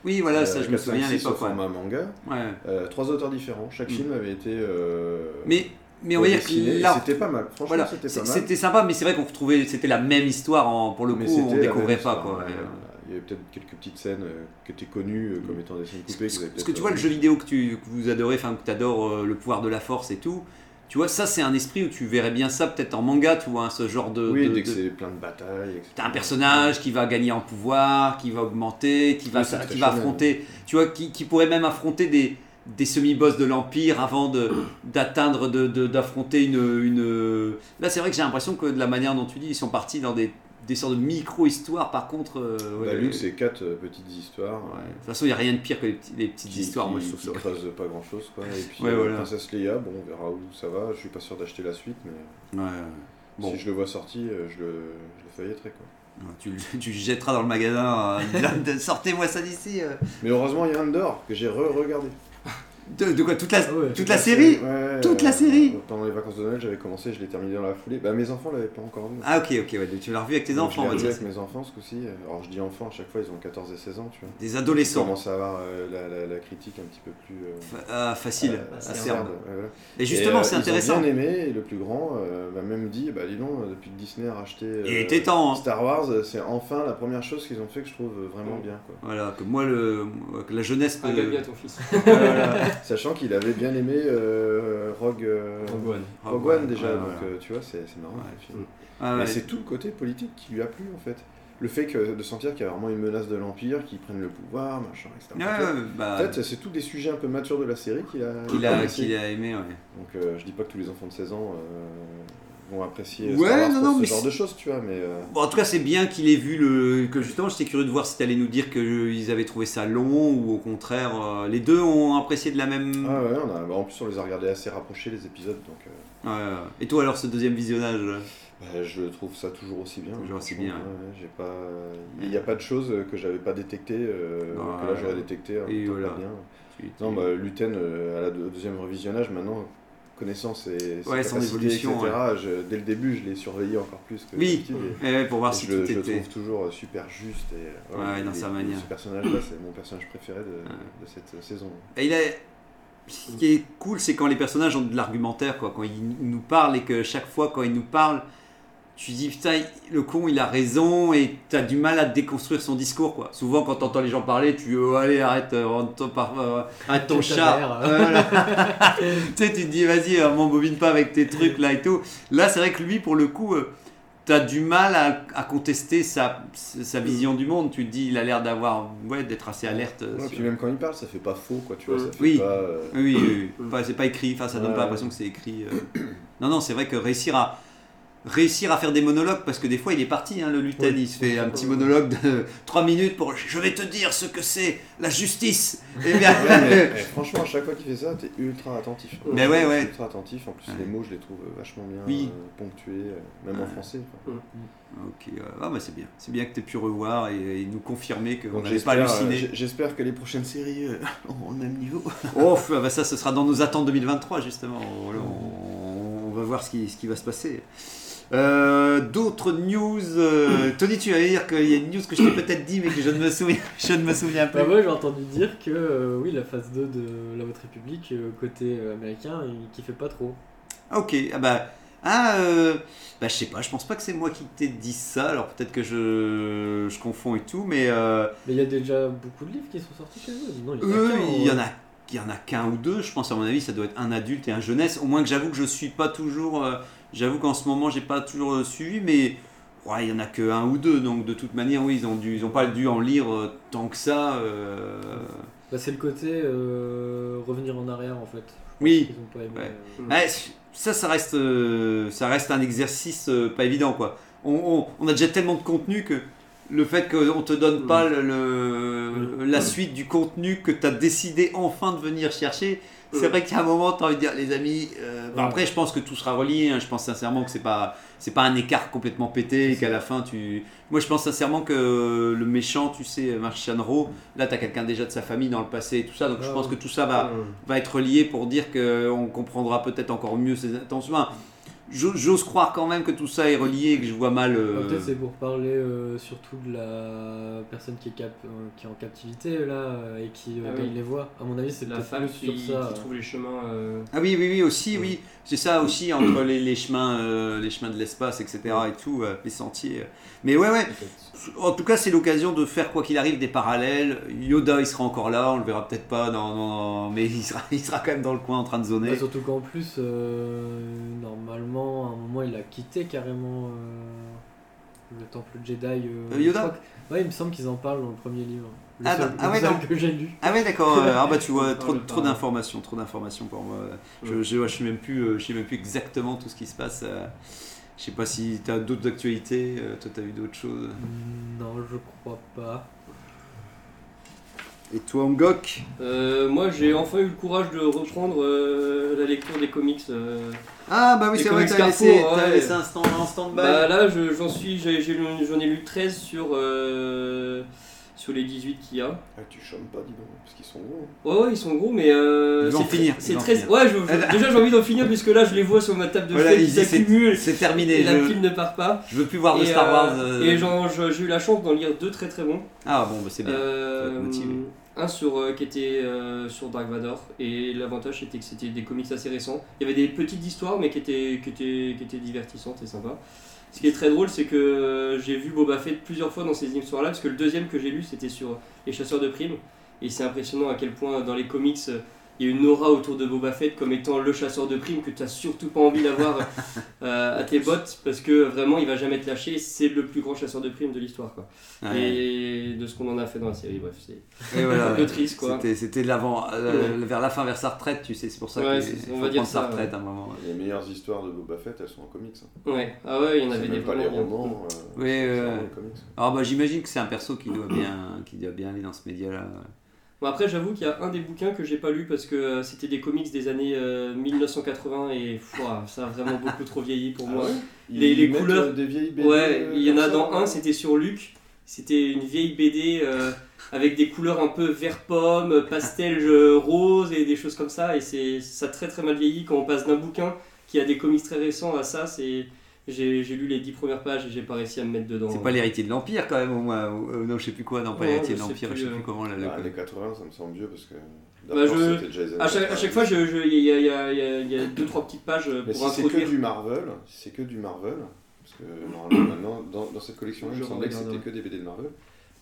Speaker 1: oui voilà
Speaker 5: Euh,
Speaker 1: ça je me
Speaker 5: 4, 5,
Speaker 1: souviens à
Speaker 5: 6 au
Speaker 1: l'époque ouais.
Speaker 5: format manga.
Speaker 1: Ouais.
Speaker 5: Euh, trois auteurs différents. Chaque
Speaker 1: Mm.
Speaker 5: film avait été. euh,
Speaker 1: mais mais on va dire
Speaker 5: dessiné,
Speaker 1: que
Speaker 5: et
Speaker 1: là
Speaker 5: C'était pas mal. Franchement,
Speaker 1: voilà
Speaker 5: c'était
Speaker 1: c'est-
Speaker 5: pas mal.
Speaker 1: c'était sympa mais c'est vrai qu'on retrouvait c'était la même histoire en- pour le
Speaker 5: Mais
Speaker 1: coup
Speaker 5: c'était
Speaker 1: on
Speaker 5: la
Speaker 1: découvrait
Speaker 5: même
Speaker 1: pas
Speaker 5: histoire,
Speaker 1: quoi
Speaker 5: ouais,
Speaker 1: ouais.
Speaker 5: voilà. Il y avait peut-être quelques petites scènes euh, qui étaient connues euh, comme étant des scènes coupées.
Speaker 1: Parce
Speaker 5: vous avez
Speaker 1: parce que
Speaker 5: peut-être,
Speaker 1: tu vois, le
Speaker 5: euh,
Speaker 1: jeu vidéo que, tu, que vous adorez, enfin que tu adores le pouvoir de la force et tout, tu vois, ça c'est un esprit où tu verrais bien ça peut-être en manga, tu vois, hein, ce genre de.
Speaker 5: Oui,
Speaker 1: de-
Speaker 5: dès que
Speaker 1: de-
Speaker 5: c'est plein de batailles. etc.
Speaker 1: T'as un personnage qui va gagner en pouvoir, qui va augmenter, qui va,
Speaker 5: Oui, c'est
Speaker 1: qui
Speaker 5: très
Speaker 1: va
Speaker 5: shonen.
Speaker 1: affronter, tu vois, qui, qui pourrait même affronter des, des semi-boss de l'Empire avant de- d'atteindre, de- de- d'affronter une, une. Là, c'est vrai que j'ai l'impression que de la manière dont tu dis, ils sont partis dans des, des sortes de micro-histoires, par contre. euh, ouais,
Speaker 5: Bah,
Speaker 1: ouais.
Speaker 5: Luke, c'est quatre euh, petites histoires.
Speaker 1: Ouais. De toute façon, il n'y a rien de pire que les, petits- les petites
Speaker 5: qui-
Speaker 1: histoires,
Speaker 5: qui-
Speaker 1: moi je trouve
Speaker 5: qui
Speaker 1: ça
Speaker 5: creusent pas grand chose quoi. Et puis
Speaker 1: Ouais,
Speaker 5: euh,
Speaker 1: voilà.
Speaker 5: Princesse Leia, bon on verra où ça va, je suis pas sûr d'acheter la suite mais
Speaker 1: Ouais, ouais. Bon.
Speaker 5: si je le vois sorti euh, je le, je le feuilleterai quoi.
Speaker 1: Ouais, tu, le- tu le jetteras dans le magasin. euh, Sortez-moi ça d'ici. euh.
Speaker 5: Mais heureusement il y a Andor que j'ai re-regardé.
Speaker 1: De, de quoi toute la,
Speaker 3: Ah ouais.
Speaker 1: toute la série
Speaker 5: Ouais, euh,
Speaker 1: Toute la série
Speaker 5: Pendant les vacances de Noël j'avais commencé, je l'ai terminé dans la foulée. Bah mes enfants l'avaient pas encore vu.
Speaker 1: Ah ok, ok, ouais, donc tu l'as revu avec tes
Speaker 5: Donc,
Speaker 1: enfants.
Speaker 5: je l'ai
Speaker 1: ouais,
Speaker 5: revu
Speaker 1: ça,
Speaker 5: avec mes enfants ce coup-ci. Alors je dis enfants à chaque fois ils ont 14 et 16 ans tu vois.
Speaker 1: c'est- Des
Speaker 5: Ils
Speaker 1: adolescents.
Speaker 5: commencent à avoir euh, la, la- la critique un petit peu plus euh,
Speaker 1: Fa- ah, facile,
Speaker 5: euh,
Speaker 1: acerbe.
Speaker 5: acerbe, ouais, voilà.
Speaker 1: Et justement,
Speaker 5: Et, euh,
Speaker 1: c'est
Speaker 5: ils ont
Speaker 1: intéressant.
Speaker 5: bien aimé, et le plus grand euh, m'a même dit, bah dis donc, euh, depuis que Disney a racheté euh,
Speaker 1: Il était temps. hein.
Speaker 5: Star Wars, euh, c'est enfin la première chose qu'ils ont fait que je trouve euh, vraiment bien. Quoi.
Speaker 1: Voilà, que moi, le, que la jeunesse peut.
Speaker 2: Regarde bien Ah, ton fils.
Speaker 1: Voilà.
Speaker 5: Sachant qu'il avait bien aimé euh, Rogue, euh,
Speaker 3: Rogue One.
Speaker 5: Rogue
Speaker 1: Ouais,
Speaker 5: One déjà,
Speaker 1: ouais,
Speaker 5: donc
Speaker 1: ouais.
Speaker 5: euh, tu vois, c'est c'est marrant.
Speaker 1: Ouais.
Speaker 5: le film.
Speaker 1: Ah,
Speaker 5: Mais
Speaker 1: ouais.
Speaker 5: c'est tout le côté politique qui lui a plu en fait. Le fait que, de sentir qu'il y a vraiment une menace de l'Empire, qu'ils prennent le pouvoir, machin, etc.
Speaker 1: Ouais, ouais, bah,
Speaker 5: En fait, c'est tous des sujets un peu matures de la série qu'il a,
Speaker 1: qu'il a,
Speaker 5: apprécié.
Speaker 1: qu'il a aimé, ouais.
Speaker 5: Donc euh, je dis pas que tous les enfants de 16 ans euh, vont apprécier
Speaker 1: Ouais,
Speaker 5: Star Wars
Speaker 1: non,
Speaker 5: pour
Speaker 1: non, mais
Speaker 5: ce genre
Speaker 1: c'est-
Speaker 5: de choses, tu vois, mais... euh,
Speaker 1: Bon, en tout cas, c'est bien qu'il ait vu le. Que justement, j'étais curieux de voir si t'allais nous dire qu'ils avaient trouvé ça long ou au contraire, euh, les deux ont apprécié de la même.
Speaker 5: Ah ouais, on a- bah, en plus on les a regardés assez rapprochés les épisodes, donc euh,
Speaker 1: Ouais, ouais. Et toi alors, ce deuxième visionnage
Speaker 5: bah, je trouve ça toujours aussi bien.
Speaker 1: Toujours aussi
Speaker 5: franchement,
Speaker 1: bien,
Speaker 5: ouais, ouais, j'ai pas, il n'y a pas de choses que j'avais pas détecté euh,
Speaker 1: Non,
Speaker 5: que là
Speaker 1: ouais.
Speaker 5: j'aurais détecté. hein,
Speaker 1: Et
Speaker 5: tant
Speaker 1: voilà.
Speaker 5: pas bien. Non, bah, Luten euh, à la deux- deuxième revisionnage maintenant. Connaissant ses, ses
Speaker 1: Ouais, son
Speaker 5: capacités,
Speaker 1: évolution,
Speaker 5: etc. je- dès le début, je l'ai surveillé encore plus que
Speaker 1: Oui.
Speaker 5: d'habitude, et-
Speaker 1: Eh, pour voir si
Speaker 5: je, le-
Speaker 1: tout
Speaker 5: je le
Speaker 1: était.
Speaker 5: trouve toujours euh, super juste et euh,
Speaker 1: Ouais,
Speaker 5: il
Speaker 1: dans
Speaker 5: est-
Speaker 1: sa
Speaker 5: il est-
Speaker 1: manière.
Speaker 5: Ce personnage-là, c'est mon personnage préféré de, de cette euh, saison.
Speaker 1: Et il a- Ce qui est cool, c'est quand les personnages ont de l'argumentaire, quoi. Quand ils nous parlent et que chaque fois, quand ils nous parlent, tu dis putain, il- le con, il a raison et t'as du mal à déconstruire son discours, quoi. Souvent, quand t'entends les gens parler, tu oh, allez, arrête, euh, rentre-toi par- euh, arrête ton
Speaker 3: Fais ta
Speaker 1: chat.
Speaker 3: mère.
Speaker 1: Voilà. tu sais, tu te dis vas-y, euh, m'embobine pas avec tes trucs là et tout. Là, c'est vrai que lui, pour le coup. euh, T'as du mal à, à contester sa, sa vision du monde. Tu te dis, il a l'air d'avoir, ouais, d'être assez alerte. euh,
Speaker 5: Ouais,
Speaker 1: sur-
Speaker 5: puis même quand il parle, ça fait pas faux, quoi. Tu vois, ça fait
Speaker 1: Mm. Oui.
Speaker 5: pas. euh,
Speaker 1: oui, oui, oui. Enfin, c'est pas écrit, enfin, ça donne
Speaker 5: Ouais.
Speaker 1: pas l'impression que c'est écrit. euh. Non, non, c'est vrai que réussir à, réussir à faire des monologues, parce que des fois il est parti, hein, le Luten, il se fait un petit monologue de 3 minutes pour je vais te dire ce que c'est la justice. Et bien,
Speaker 5: Ouais, mais, mais Eh, franchement, à chaque fois qu'il fait ça, t'es ultra attentif. hein.
Speaker 1: Mais ouais, ouais.
Speaker 5: Ultra attentif. En plus,
Speaker 1: Ouais.
Speaker 5: les mots, je les trouve euh, vachement bien
Speaker 1: Oui.
Speaker 5: euh, ponctués, euh, même en
Speaker 1: Ouais.
Speaker 5: français. quoi.
Speaker 1: Ok, euh, ah, bah, c'est bien, c'est bien que tu aies pu revoir et, et nous confirmer qu'on
Speaker 5: Donc
Speaker 1: n'avait pas
Speaker 5: j'espère euh,
Speaker 1: halluciné.
Speaker 5: j'- j'espère que les prochaines séries euh, auront le même niveau.
Speaker 1: oh, pff, ah bah, ça, ce sera dans nos attentes 2023, justement. On, on va voir ce qui, ce qui va se passer. Euh, D'autres news. euh, Tony, tu vas dire qu'il y a une news que je t'ai peut-être dit, mais que je ne me souviens, je ne me souviens plus.
Speaker 3: Bah, moi j'ai entendu dire que euh, oui la phase 2 de la Haute République euh, côté euh, américain il kiffait pas trop.
Speaker 1: Ah, ok, ah bah. Ah, euh, bah, je sais pas, je pense pas que c'est moi qui t'ai dit ça, alors peut-être que je, je confonds et tout, mais euh,
Speaker 3: Mais il y a déjà beaucoup de livres qui sont sortis chez eux. Non, il y en a
Speaker 1: Eux,
Speaker 3: qu'un,
Speaker 1: il y
Speaker 3: hein.
Speaker 1: en a il y en a qu'un ou deux, je pense à mon avis, ça doit être un adulte et un jeunesse. Au moins que j'avoue que je suis pas toujours, euh, j'avoue qu'en ce moment j'ai pas toujours euh, suivi, mais ouais, il y en a que un ou deux, donc de toute manière, oui, ils ont dû, ils ont pas dû en lire euh, tant que ça. euh,
Speaker 3: Bah, c'est le côté euh, revenir en arrière en fait. Je
Speaker 1: Oui.
Speaker 3: Ils ont pas aimé.
Speaker 1: Ouais.
Speaker 3: euh,
Speaker 1: Ouais, ça, ça reste, euh, ça reste un exercice euh, pas évident, quoi. On, on- on a déjà tellement de contenu que le fait qu'on te donne pas le, le- la suite du contenu que tu as décidé enfin de venir chercher, c'est vrai qu'à un moment, tu as envie de dire, les amis, euh, bah,
Speaker 3: Ouais.
Speaker 1: après, je pense que tout sera relié. hein. je pense sincèrement que c'est pas, c'est pas un écart complètement pété et qu'à la fin, tu. Moi, je pense sincèrement que euh, le méchant, tu sais, Martian Rowe, là, tu as quelqu'un déjà de sa famille dans le passé et tout ça, donc je
Speaker 3: Ouais,
Speaker 1: pense
Speaker 3: ouais.
Speaker 1: que tout ça va va être lié pour dire qu'on comprendra peut-être encore mieux ses intentions. Enfin, j'o- J'ose croire quand même que tout ça est relié et que je vois mal. euh,
Speaker 3: Ah, Peut-être c'est pour parler euh, surtout de la personne qui est, cap- euh, qui est en captivité là euh, et qui euh,
Speaker 2: Ah
Speaker 3: quand
Speaker 2: oui.
Speaker 3: il les voit. À mon avis, c'est
Speaker 2: C'est la
Speaker 3: peut-être
Speaker 2: femme
Speaker 3: plus
Speaker 2: qui,
Speaker 3: sur ça. euh.
Speaker 2: qui trouve les chemins. euh,
Speaker 1: Ah oui, oui, oui, aussi, oui. C'est ça aussi entre les, les chemins, euh, les chemins de l'espace, etc. et tout, euh, les sentiers. Mais ouais, ouais. En tout cas, c'est l'occasion de faire, quoi qu'il arrive, des parallèles. Yoda, il sera encore là, on le verra peut-être pas, non, non, non, mais il sera, il sera quand même dans le coin en train de
Speaker 3: Ouais,
Speaker 1: zoner.
Speaker 3: Bah, surtout qu'en plus, euh, normalement, à un moment, il a quitté carrément euh, le temple Jedi. euh,
Speaker 1: Euh, Yoda
Speaker 3: je crois que- Ouais, il me semble qu'ils en parlent dans le premier livre. Le
Speaker 1: Ah,
Speaker 3: seul-
Speaker 1: non. Ah
Speaker 3: le
Speaker 1: ouais,
Speaker 3: seul
Speaker 1: non.
Speaker 3: que j'ai lu.
Speaker 1: Ah ouais d'accord, euh, ah bah tu vois,
Speaker 2: On
Speaker 1: trop,
Speaker 2: parle
Speaker 1: trop
Speaker 2: pas.
Speaker 1: d'informations, trop d'informations pour moi. Je,
Speaker 2: Oh, Ouais.
Speaker 1: je, je sais même plus, euh, je sais même plus exactement tout ce qui se passe. euh, Je sais pas si t'as d'autres actualités, euh, toi t'as vu d'autres choses.
Speaker 3: Non, je crois pas.
Speaker 1: Et toi Mgok
Speaker 2: Euh, moi, j'ai enfin eu le courage de reprendre euh, la lecture des comics. euh.
Speaker 1: Ah bah oui
Speaker 2: Et
Speaker 1: c'est vrai,
Speaker 2: Comics
Speaker 1: t'as laissé,
Speaker 2: Carrefour,
Speaker 1: t'as
Speaker 2: ouais.
Speaker 1: laissé un stand, en stand-by.
Speaker 2: Bah, là, je- j'en suis, j'ai- j'ai lu- j'en ai, lu 13 sur, euh, sur les 18 qu'il y a.
Speaker 5: Ah, tu chômes pas, dis donc, parce qu'ils sont gros. hein.
Speaker 2: Ouais, ouais, ils sont gros, mais euh,
Speaker 1: Ils vont
Speaker 2: c'est
Speaker 1: en
Speaker 2: très-
Speaker 1: finir, ils
Speaker 2: C'est
Speaker 1: vont en
Speaker 2: très.
Speaker 1: finir.
Speaker 2: Ouais, je- je- déjà j'ai envie d'en finir puisque là je les vois sur ma table de
Speaker 1: Voilà,
Speaker 2: chevet
Speaker 1: il
Speaker 2: qui
Speaker 1: dit, c'est-
Speaker 2: s'accumulent.
Speaker 1: c'est
Speaker 2: Et
Speaker 1: terminé,
Speaker 2: la
Speaker 1: je,
Speaker 2: pile ne part pas.
Speaker 1: je veux plus voir de
Speaker 2: Et,
Speaker 1: Star
Speaker 2: euh,
Speaker 1: Wars. euh,
Speaker 2: Et genre, je- j'ai eu la chance d'en lire deux très très bons.
Speaker 1: Ah bon bah c'est bien.
Speaker 2: Euh,
Speaker 1: Ça va te motiver.
Speaker 2: un sur, euh, qui était euh, sur Dark Vador, et l'avantage c'était que c'était des comics assez récents. Il y avait des petites histoires, mais qui étaient, qui étaient, qui étaient divertissantes et sympas. Ce qui est très drôle, c'est que euh, j'ai vu Boba Fett plusieurs fois dans ces histoires-là, parce que le deuxième que j'ai lu c'était sur Les Chasseurs de Primes, et c'est impressionnant à quel point dans les comics. euh, il y a une aura autour de Boba Fett comme étant le chasseur de primes que tu n'as surtout pas envie d'avoir euh, à tes bottes parce que vraiment il va jamais te lâcher, c'est le plus grand chasseur de primes de l'histoire. quoi.
Speaker 1: Ouais.
Speaker 2: Et de ce qu'on en a fait dans la série, bref, c'est
Speaker 1: Et voilà,
Speaker 2: un peu triste quoi.
Speaker 1: C'était, c'était de l'avant, euh, vers la fin, vers sa retraite, tu sais, c'est pour ça
Speaker 2: Ouais,
Speaker 1: qu'il
Speaker 2: c'est- on
Speaker 1: faut
Speaker 2: va
Speaker 1: prendre
Speaker 2: dire
Speaker 1: sa
Speaker 2: ça,
Speaker 1: retraite à un moment.
Speaker 5: Les meilleures histoires de Boba Fett, elles sont en comics. hein.
Speaker 2: Ouais, ah ouais, il y en
Speaker 5: C'est
Speaker 2: avait des hein.
Speaker 5: même pas les
Speaker 2: vraiment bien.
Speaker 5: romans. euh,
Speaker 1: Oui,
Speaker 5: c'est
Speaker 1: ouais,
Speaker 5: vraiment
Speaker 1: ouais.
Speaker 5: les comics.
Speaker 1: Alors bah j'imagine que c'est un perso qui doit bien, qui doit bien aller dans ce média-là.
Speaker 2: Bon, après, j'avoue qu'il y a un des bouquins que j'ai pas lu parce que euh, c'était des comics des années euh, 1980 et pouah, ça a vraiment beaucoup trop vieilli pour
Speaker 5: Ah
Speaker 2: moi.
Speaker 5: ouais Ils-
Speaker 2: Les- les
Speaker 5: ils mettent,
Speaker 2: couleurs-
Speaker 5: euh, Des vieilles BD,
Speaker 2: Ouais,
Speaker 5: euh,
Speaker 2: il y en a
Speaker 5: comme ça,
Speaker 2: dans
Speaker 5: là.
Speaker 2: un, c'était sur Luc. C'était une vieille BD euh, avec des couleurs un peu vert pomme, pastel euh, rose et des choses comme ça. Et c'est ça a très très mal vieilli quand on passe d'un bouquin qui a des comics très récents à ça. C'est j'ai j'ai lu les dix premières pages et j'ai pas réussi à me mettre dedans.
Speaker 1: C'est pas l'héritier de l'Empire quand même, au moins. ou- euh, non, je sais plus quoi, non, pas
Speaker 2: Non,
Speaker 1: l'héritier de
Speaker 2: je sais
Speaker 1: l'Empire,
Speaker 2: plus,
Speaker 1: je sais
Speaker 2: euh.
Speaker 1: plus comment la. la-
Speaker 5: Bah, les 80, ça me semble vieux parce que.
Speaker 2: Bah,
Speaker 5: Dark Horse,
Speaker 2: je-
Speaker 5: c'était déjà les années
Speaker 2: À chaque, à chaque fois, je- je- il y, a- il y a- il y a- il y a deux trois petites pages euh,
Speaker 5: Mais
Speaker 2: pour
Speaker 5: si c'est que
Speaker 2: introduire.
Speaker 5: du Marvel, si c'est que du Marvel, parce que normalement maintenant, dans, dans cette collection, il
Speaker 3: Je
Speaker 5: me semblait que
Speaker 3: regarde,
Speaker 5: c'était
Speaker 3: ouais.
Speaker 5: que des BD de Marvel.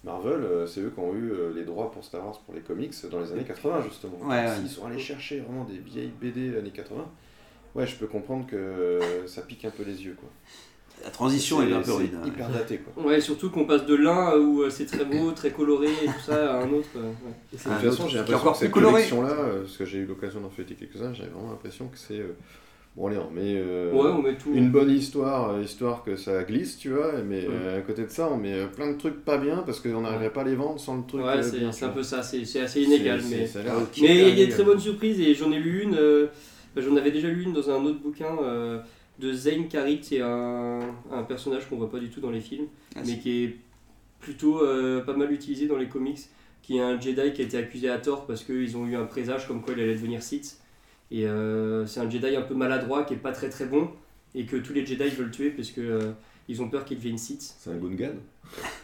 Speaker 5: Marvel, euh, c'est eux qui ont eu euh, les droits pour Star Wars pour les comics euh, dans les années 80 justement.
Speaker 1: Ouais, ouais.
Speaker 5: S'ils sont allés chercher vraiment des vieilles BD années 80, ouais, je peux comprendre que euh, ça pique un peu les yeux quoi.
Speaker 1: La transition est,
Speaker 5: C'est-
Speaker 1: un peu
Speaker 5: c'est
Speaker 1: rude. hein. ouais.
Speaker 5: Hyper daté quoi.
Speaker 2: Ouais, surtout qu'on passe de l'un où euh, c'est très beau, très coloré et tout ça à un autre. euh, ouais.
Speaker 1: Ah,
Speaker 5: De toute façon, j'ai
Speaker 1: qui est
Speaker 5: l'impression
Speaker 1: encore
Speaker 5: que cette
Speaker 1: plus coloré.
Speaker 5: collection-là, euh, parce que j'ai eu l'occasion d'en feuilleter quelques-uns, j'avais vraiment l'impression que c'est. euh, Bon, allez, on met. euh,
Speaker 2: Ouais, on met tout.
Speaker 5: une bonne histoire, euh, histoire que ça glisse, tu vois, mais euh, à côté de ça, on met euh, plein de trucs pas bien parce qu'on n'arriverait pas à les vendre sans le truc.
Speaker 2: Ouais,
Speaker 5: euh, bien,
Speaker 2: c'est c'est un
Speaker 5: tu
Speaker 2: peu
Speaker 5: vois.
Speaker 2: ça. C'est c'est assez inégal,
Speaker 5: C'est-
Speaker 2: mais.
Speaker 5: c'est- ça a l'air
Speaker 2: Mais il y a des
Speaker 5: inégal.
Speaker 2: très
Speaker 1: euh.
Speaker 2: bonnes surprises et j'en ai lu une, euh, enfin, j'en avais déjà lu une dans un autre bouquin euh, de Zayn Karit, c'est un, un personnage qu'on voit pas du tout dans les films,
Speaker 1: Ah,
Speaker 2: mais qui est plutôt euh, pas mal utilisé dans les comics, qui est un Jedi qui a été accusé à tort parce qu'ils ont eu un présage comme quoi il allait devenir Sith. Et euh, c'est un Jedi un peu maladroit qui est pas très très bon et que tous les Jedi veulent tuer parce que euh, ils ont peur qu'il devienne Sith.
Speaker 5: C'est un Gungan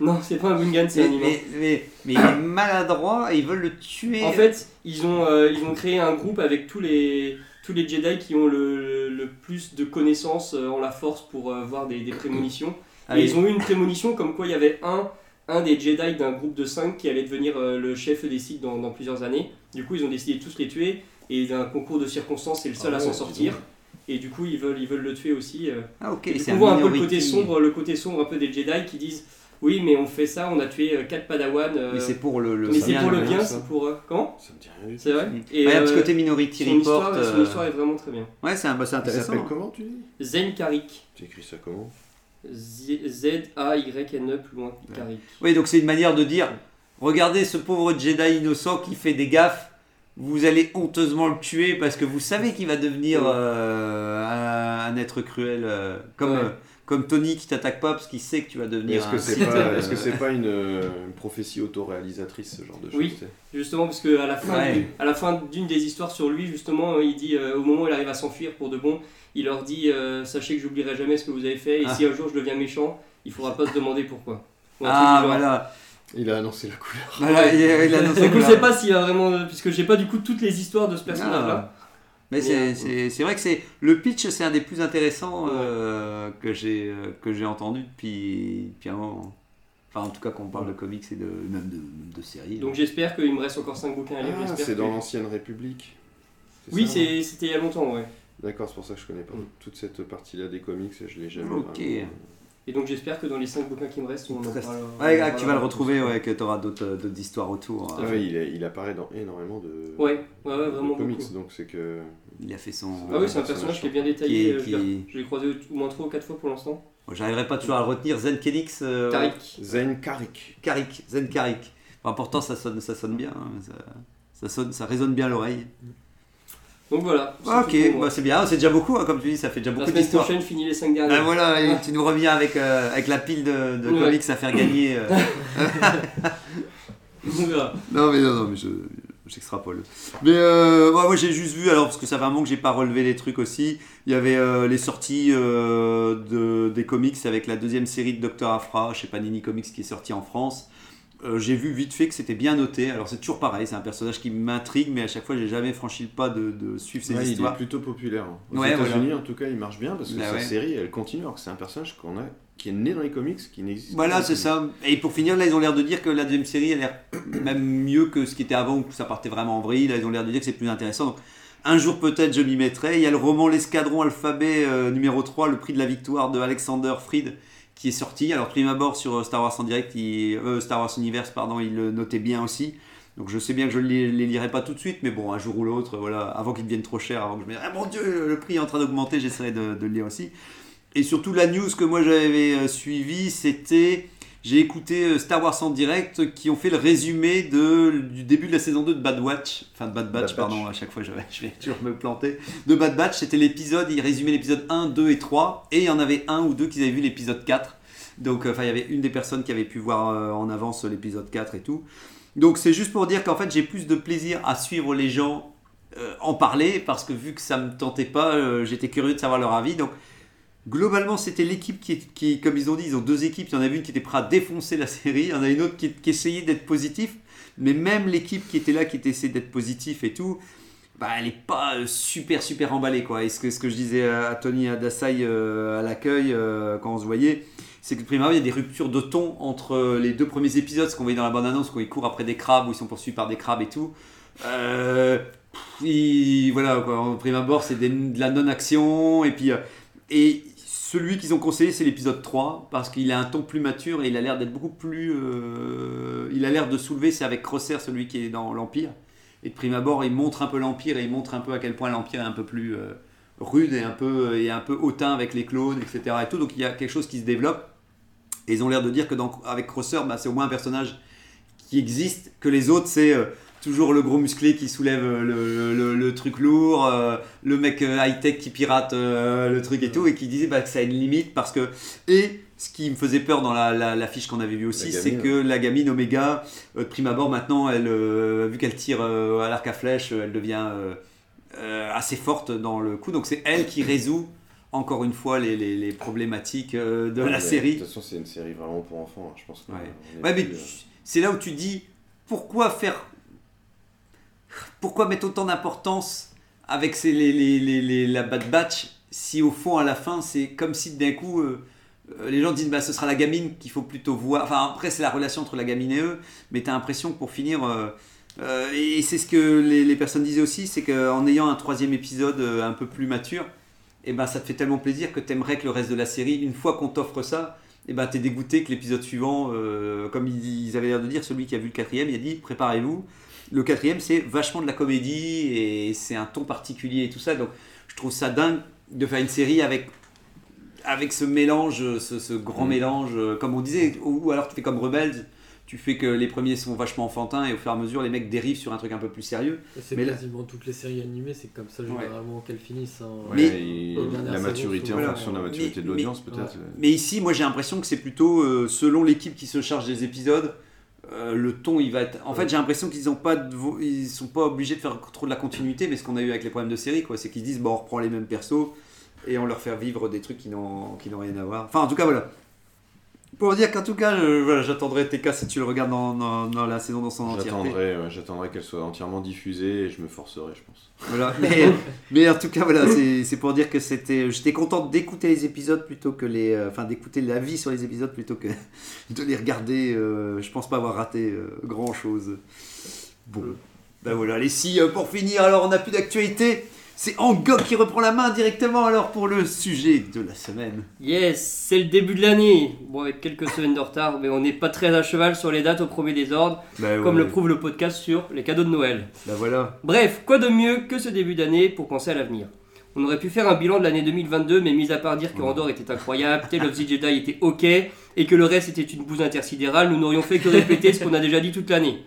Speaker 2: Non, c'est pas un Gungan,
Speaker 1: Mais,
Speaker 2: c'est un humain.
Speaker 1: mais, mais- mais il est maladroit et ils veulent le tuer.
Speaker 2: En fait, ils ont, euh, ils ont créé un groupe avec tous les, tous les Jedi qui ont le, le plus de connaissances euh, en la force pour euh, voir des, des prémonitions.
Speaker 1: Ah,
Speaker 2: Et ils ont eu une prémonition comme quoi il y avait un, un des Jedi d'un groupe de 5 qui allait devenir euh, le chef des Sith dans, dans plusieurs années. Du coup, ils ont décidé de tous les tuer et d'un concours de circonstances, c'est le seul
Speaker 5: Ah
Speaker 2: à
Speaker 5: ouais,
Speaker 2: s'en
Speaker 5: dis
Speaker 2: sortir.
Speaker 5: donc.
Speaker 2: Et du coup, ils veulent, ils veulent le tuer aussi. euh,
Speaker 1: ah, ok,
Speaker 2: et du
Speaker 1: c'est
Speaker 2: coup,
Speaker 1: un
Speaker 2: on voit un peu le
Speaker 1: minority.
Speaker 2: côté sombre, le côté sombre un peu des Jedi qui disent Oui, mais on fait ça, on a tué 4 padawans. euh,
Speaker 1: Mais c'est pour le, le
Speaker 2: mais c'est
Speaker 1: bien,
Speaker 2: pour le
Speaker 1: le-
Speaker 2: bien,
Speaker 5: ça.
Speaker 2: c'est pour. euh, comment
Speaker 5: Ça me dit rien du tout. Mm.
Speaker 2: C'est vrai
Speaker 1: Ouais,
Speaker 2: Et
Speaker 1: Il y a un petit
Speaker 2: euh,
Speaker 1: côté Minority
Speaker 2: son
Speaker 1: Report.
Speaker 2: histoire, son
Speaker 1: euh,
Speaker 2: histoire est vraiment très bien.
Speaker 1: Ouais, c'est un- bah, c'est
Speaker 5: Il
Speaker 1: intéressant.
Speaker 2: hein.
Speaker 5: s'appelle comment tu dis
Speaker 2: Zen Karik.
Speaker 5: Tu écris ça comment
Speaker 2: Z-A-Y-N-E E, plus loin, Karik.
Speaker 1: Oui, donc c'est une manière de dire regardez ce pauvre Jedi innocent qui fait des gaffes, vous allez honteusement le tuer parce que vous savez qu'il va devenir euh, un, un être cruel, euh, comme,
Speaker 2: Ouais.
Speaker 1: euh, comme Tony qui t'attaque pas parce qu'il sait que tu vas
Speaker 5: Mais
Speaker 1: devenir.
Speaker 5: Est-ce
Speaker 1: un-
Speaker 5: que c'est pas, euh, est-ce que c'est pas une, euh, une prophétie autoréalisatrice, ce genre de choses
Speaker 2: Oui.
Speaker 5: tu sais
Speaker 2: Justement, parce que à la fin,
Speaker 1: Ouais.
Speaker 2: du- à la fin d'une des histoires sur lui, justement, euh, il dit euh, au moment où il arrive à s'enfuir pour de bon, il leur dit euh, sachez que j'oublierai jamais ce que vous avez fait et
Speaker 1: Ah.
Speaker 2: si un jour je deviens méchant, il faudra pas se demander pourquoi. Ou un truc
Speaker 1: Ah
Speaker 2: du genre.
Speaker 1: voilà,
Speaker 5: Il a annoncé la couleur.
Speaker 1: voilà il, il annonce
Speaker 2: Donc
Speaker 1: que
Speaker 2: on
Speaker 1: là.
Speaker 2: sait pas s'il y a vraiment, euh, puisque j'ai pas du coup toutes les histoires de ce personnage-là.
Speaker 1: Ah. Mais c'est-
Speaker 2: Mais,
Speaker 1: c'est c'est vrai que c'est le pitch, c'est un des plus intéressants
Speaker 2: Ouais.
Speaker 1: euh, que j'ai euh, que j'ai entendu depuis, depuis un moment. Enfin, en tout cas, quand on parle de comics et de même de, même de séries.
Speaker 2: Donc
Speaker 1: là.
Speaker 2: j'espère qu'il me reste encore 5 bouquins à lire.
Speaker 5: Ah,
Speaker 2: j'espère
Speaker 5: c'est
Speaker 2: que-
Speaker 5: dans l'ancienne République.
Speaker 2: Oui,
Speaker 5: ça hein
Speaker 2: c'est- c'était il y a longtemps, ouais.
Speaker 5: D'accord, c'est pour ça que je connais pas
Speaker 2: Mm.
Speaker 5: toute cette partie-là des comics, je l'ai jamais.
Speaker 1: Ok.
Speaker 5: vraiment-
Speaker 2: Et donc j'espère que dans les 5 bouquins qui me restent, on en
Speaker 1: Très-
Speaker 2: parlera-
Speaker 1: Ouais,
Speaker 2: on en
Speaker 1: ah, que tu vas le
Speaker 2: parlera.
Speaker 1: retrouver, ouais, que tu auras d'autres euh, d'autres histoires autour.
Speaker 5: Ah
Speaker 1: hein.
Speaker 5: oui, il, est- il apparaît dans énormément de,
Speaker 2: Ouais, ouais, ouais,
Speaker 5: de
Speaker 2: vraiment
Speaker 5: comics,
Speaker 2: beaucoup.
Speaker 5: donc c'est que.
Speaker 1: Il a fait son.
Speaker 2: Ah oui, c'est un personnage qui est bien
Speaker 1: Qui
Speaker 2: détaillé.
Speaker 1: est-
Speaker 2: euh, je l'ai-
Speaker 1: qui-
Speaker 2: Je l'ai croisé au- au moins 3 ou 4 fois pour l'instant.
Speaker 1: Bon, J'arriverai pas toujours à le retenir. Zen Kenix. euh,
Speaker 2: Tarik.
Speaker 5: Zayn Karik.
Speaker 1: Karik. Zen Karik. Enfin, pourtant, ça sonne, ça sonne bien. hein, Ça, ça sonne, ça résonne bien à l'oreille.
Speaker 2: Donc voilà. c'est
Speaker 1: Ok,
Speaker 2: tout pour moi.
Speaker 1: bah, c'est bien. hein, C'est déjà beaucoup, hein, comme tu dis, ça fait déjà
Speaker 2: La
Speaker 1: beaucoup
Speaker 2: semaine
Speaker 1: d'histoires.
Speaker 2: prochaine, finis les 5 dernières.
Speaker 1: Ah, voilà, et tu nous reviens avec, euh, avec la pile de, de
Speaker 2: euh. Ouais.
Speaker 1: comics à faire gagner. euh.
Speaker 2: On verra.
Speaker 1: Non, mais non, non, mais je. J'extrapole. Mais euh, bah, moi j'ai juste vu, alors parce que ça fait un moment que j'ai pas relevé les trucs aussi, il y avait euh, les sorties euh, de, des comics avec la deuxième série de Docteur Afra chez Panini Comics qui est sortie en France. Euh, j'ai vu vite fait que c'était bien noté, alors c'est toujours pareil, c'est un personnage qui m'intrigue, mais à chaque fois j'ai jamais franchi le pas de, de suivre ses
Speaker 5: Ouais, il est
Speaker 1: histoires.
Speaker 5: plutôt populaire. hein. Aux
Speaker 1: Ouais,
Speaker 5: États-Unis, en tout cas, il marche bien parce que
Speaker 1: Bah
Speaker 5: sa
Speaker 1: ouais.
Speaker 5: série, elle continue. Alors que c'est un personnage qu'on a, qui est né dans les comics, qui n'existe. pas
Speaker 1: Voilà,
Speaker 5: dans
Speaker 1: c'est
Speaker 5: les comics.
Speaker 1: ça. Et pour finir, là, ils ont l'air de dire que la deuxième série a l'air même mieux que ce qui était avant, où ça partait vraiment en vrille. Là, ils ont l'air de dire que c'est plus intéressant. Donc, un jour, peut-être, je m'y mettrai. Il y a le roman L'Escadron Alphabet euh, numéro 3, Le prix de la victoire de Alexander Fried, qui est sorti. Alors, prime abord, sur euh, Star Wars en direct, il- euh, Star Wars Universe, pardon, il le notait bien aussi. Donc, je sais bien que je ne les les lirai pas tout de suite, mais bon, un jour ou l'autre, voilà, avant qu'ils deviennent trop chers, avant que je me dise, ah mon dieu, le prix est en train d'augmenter, j'essaierai de, de le lire aussi. Et surtout, la news que moi j'avais euh, suivie, c'était. J'ai écouté euh, Star Wars en direct euh, qui ont fait le résumé de, du début de la saison 2 de Bad Watch. Enfin, de Bad Batch,
Speaker 5: Bad Batch.
Speaker 1: pardon, à chaque fois je vais, je vais toujours me planter. De Bad Batch, c'était l'épisode, ils résumaient l'épisode 1, 2 et 3. Et il y en avait un ou deux qui avaient vu l'épisode 4. Donc, euh, enfin, il y avait une des personnes qui avait pu voir euh, en avance l'épisode 4 et tout. Donc, c'est juste pour dire qu'en fait, j'ai plus de plaisir à suivre les gens euh, en parler parce que vu que ça me tentait pas, euh, j'étais curieux de savoir leur avis. Donc, Globalement, c'était l'équipe qui, qui, comme ils ont dit, ils ont deux équipes. Il y en avait une qui était prête à défoncer la série, il y en a une autre qui, qui essayait d'être positif. Mais même l'équipe qui était là, qui était essayée d'être positif et tout, bah, elle n'est pas euh, super, super emballée. Quoi. Et ce que, ce que je disais à Tony Adasai euh, à l'accueil euh, quand on se voyait, c'est que premièrement, il y a des ruptures de ton entre euh, les deux premiers épisodes, ce qu'on voyait dans la bande-annonce, quand ils courent après des crabes, où ils sont poursuivis par des crabes et tout. Euh, pff, ils- voilà, quoi, en prime abord, c'est des- de la non-action. Et puis. euh, et celui qu'ils ont conseillé, c'est l'épisode 3, parce qu'il a un ton plus mature et il a l'air d'être beaucoup plus. euh, il a l'air de soulever, c'est avec Crosser, celui qui est dans l'Empire. Et de prime abord, il montre un peu l'Empire et il montre un peu à quel point l'Empire est un peu plus euh, rude et un peu, et un peu hautain avec les clones, etc. Et tout. Donc il y a quelque chose qui se développe. Et ils ont l'air de dire que dans, avec Crosser, bah, c'est au moins un personnage qui existe, que les autres, c'est. euh, Toujours le gros musclé qui soulève euh, le, le- le truc lourd, euh, le mec euh, high-tech qui pirate euh, le truc et tout, et qui disait bah, que ça a une limite parce que. Et ce qui me faisait peur dans la, la- la fiche qu'on avait vue aussi,
Speaker 5: La
Speaker 1: c'est
Speaker 5: gamine,
Speaker 1: que la gamine Omega, euh, de prime abord maintenant, elle, euh, vu qu'elle tire euh, à l'arc à flèche, euh, elle devient euh, euh, assez forte dans le coup. Donc c'est elle qui résout encore une fois les, les- les problématiques euh, de
Speaker 5: Ouais,
Speaker 1: la
Speaker 5: mais
Speaker 1: série.
Speaker 5: De toute façon, c'est une série vraiment pour enfants. hein. Je pense. qu'on-
Speaker 1: Ouais.
Speaker 5: on est
Speaker 1: Ouais, mais
Speaker 5: plus, euh,
Speaker 1: tu- c'est là où tu dis pourquoi faire. Pourquoi mettre autant d'importance avec ces, les, les- les- les- la Bad Batch si au fond, à la fin, c'est comme si d'un coup. euh, euh, les gens disent bah ce sera la gamine qu'il faut plutôt voir. Enfin après c'est la relation entre la gamine et eux, mais t'as l'impression que pour finir euh, euh, et c'est ce que les, les personnes disaient aussi, c'est qu'en ayant un troisième épisode euh, Eh un peu plus mature, et ben ça te fait tellement plaisir que t'aimerais que le reste de la série, une fois qu'on t'offre ça, et ben t'es dégoûté que l'épisode suivant, euh, comme ils, ils avaient l'air de dire, celui qui a vu le quatrième, il a dit préparez-vous. Le quatrième, c'est vachement de la comédie et c'est un ton particulier et tout ça. Donc je trouve ça dingue de faire une série avec avec ce mélange, ce, ce grand mélange, euh, comme on disait, ou, ou alors tu fais comme Rebels, tu fais que les premiers sont vachement enfantins et au fur et à mesure les mecs dérivent sur un truc un peu plus sérieux.
Speaker 3: Et C'est
Speaker 1: Mais là-
Speaker 3: quasiment toutes les séries animées, c'est comme ça généralement qu'elles finissent. hein.
Speaker 1: Ouais. Mais-
Speaker 5: et
Speaker 3: Les dernières
Speaker 5: la
Speaker 3: saisons
Speaker 5: maturité
Speaker 3: sont-
Speaker 5: en
Speaker 3: voilà.
Speaker 5: fonction de la maturité
Speaker 1: Mais-
Speaker 5: de l'audience, peut-être. euh,
Speaker 1: Mais ici, moi j'ai l'impression que c'est plutôt euh, selon l'équipe qui se charge des épisodes. euh, le ton, il va être. En fait, j'ai l'impression qu'ils ont pas, de vo- ils sont pas obligés de faire trop de la continuité, mais ce qu'on a eu avec les problèmes de série, quoi, c'est qu'ils se disent, bon, on reprend les mêmes persos et on leur fait vivre des trucs qui n'ont, qui n'ont rien à voir. Enfin, en tout cas, voilà. Pour dire qu'en tout cas, je- voilà, j'attendrai TK si tu le regardes dans, dans- dans la saison dans son entièreté.
Speaker 5: J'attendrai, ouais, j'attendrai qu'elle soit entièrement diffusée et je me forcerai, je pense.
Speaker 1: Voilà, mais, mais en tout cas, voilà, c'est c'est pour dire que c'était. J'étais content d'écouter les épisodes plutôt que les. euh, Enfin, d'écouter l'avis sur les épisodes plutôt que de les regarder. euh, je pense pas avoir raté grand chose. Bon, ben voilà. Allez, si euh, pour finir, alors on n'a plus d'actualité. C'est Angok qui reprend la main directement alors pour le sujet de la semaine.
Speaker 2: Yes, c'est le début de l'année. Bon, avec quelques semaines de retard, mais on n'est pas très à cheval sur les dates au premier désordre, comme le prouve le podcast sur les cadeaux de Noël.
Speaker 1: Ben voilà.
Speaker 2: Bref, quoi de mieux que ce début d'année pour penser à l'avenir On aurait pu faire un bilan de l'année 2022, mais mis à part dire que Andorre était incroyable, Tale of the Jedi était ok, et que le reste était une bouse intersidérale, nous n'aurions fait que répéter ce qu'on a déjà dit toute l'année.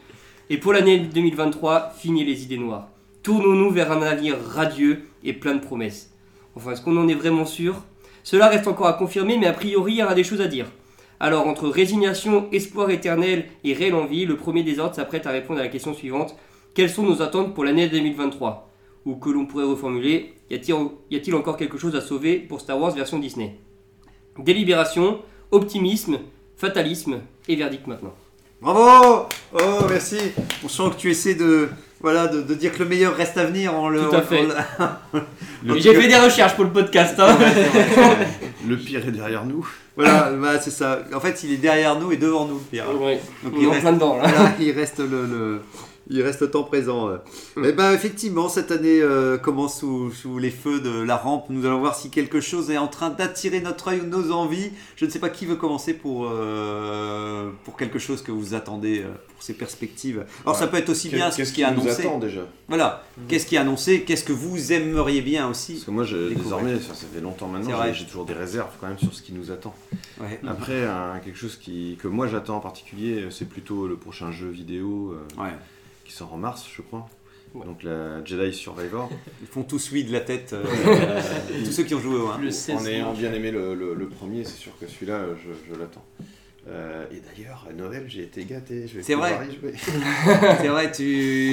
Speaker 2: Et pour l'année 2023, finis les idées noires. Tournons-nous vers un avenir radieux et plein de promesses. Enfin, est-ce qu'on en est vraiment sûr Cela reste encore à confirmer, mais a priori, il y aura des choses à dire. Alors, entre résignation, espoir éternel et réelle envie, le premier des ordres s'apprête à répondre à la question suivante quelles sont nos attentes pour l'année 2023 Ou que l'on pourrait reformuler, y a-t-il y a-t-il encore quelque chose à sauver pour Star Wars version Disney Délibération, optimisme, fatalisme et verdict maintenant.
Speaker 1: Bravo Oh, merci. On sent que tu essaies de. Voilà, de, de dire que le meilleur reste à venir en le.
Speaker 2: Tout à
Speaker 1: en-
Speaker 2: fait.
Speaker 1: en le-
Speaker 5: Le
Speaker 2: J'ai fait des recherches pour le podcast. hein.
Speaker 5: Le pire est derrière nous.
Speaker 1: Voilà, bah, c'est ça. En fait, il est derrière nous et devant nous, le pire.
Speaker 2: Ouais.
Speaker 1: Donc,
Speaker 2: On est
Speaker 1: il
Speaker 2: en
Speaker 1: reste,
Speaker 2: plein dedans là.
Speaker 1: voilà, il reste le, le- il reste le temps présent. ouais. Eh ben, effectivement, cette année euh, commence sous, sous les feux de la rampe. Nous allons voir si quelque chose est en train d'attirer notre œil ou nos envies. Je ne sais pas qui veut commencer pour, euh, pour quelque chose que vous attendez, euh, pour ces perspectives. Alors,
Speaker 5: Ouais.
Speaker 1: ça peut être aussi bien
Speaker 5: Qu'est-
Speaker 1: ce
Speaker 5: Qu'est-ce
Speaker 1: qui est
Speaker 5: qui nous
Speaker 1: annoncé.
Speaker 5: attend déjà
Speaker 1: Voilà, qu'est-ce qui est annoncé, qu'est-ce que vous aimeriez bien
Speaker 5: Parce
Speaker 1: aussi.
Speaker 5: que moi, je,
Speaker 1: Découvrir.
Speaker 5: désormais, ça, ça fait longtemps
Speaker 1: C'est
Speaker 5: maintenant,
Speaker 1: vrai. Mm.
Speaker 5: j'ai- j'ai toujours des réserves quand même sur ce qui nous attend.
Speaker 1: Ouais.
Speaker 5: Après, un- quelque chose qui, que moi j'attends en particulier, c'est plutôt le prochain jeu vidéo euh,
Speaker 1: Ouais.
Speaker 5: qui sort en mars, je crois.
Speaker 2: Ouais.
Speaker 5: Donc la Jedi Survivor.
Speaker 1: Ils font tous oui de la tête, euh, tous ceux qui ont joué au 1.
Speaker 3: Le
Speaker 5: en
Speaker 3: 16
Speaker 5: ayant
Speaker 3: mars.
Speaker 5: bien aimé le, le- le premier, c'est sûr que celui-là, euh, je, je l'attends. Euh, et d'ailleurs, à Noël, j'ai été gâté. je vais
Speaker 1: C'est
Speaker 5: pouvoir
Speaker 1: vrai.
Speaker 5: y jouer.
Speaker 1: C'est vrai, tu.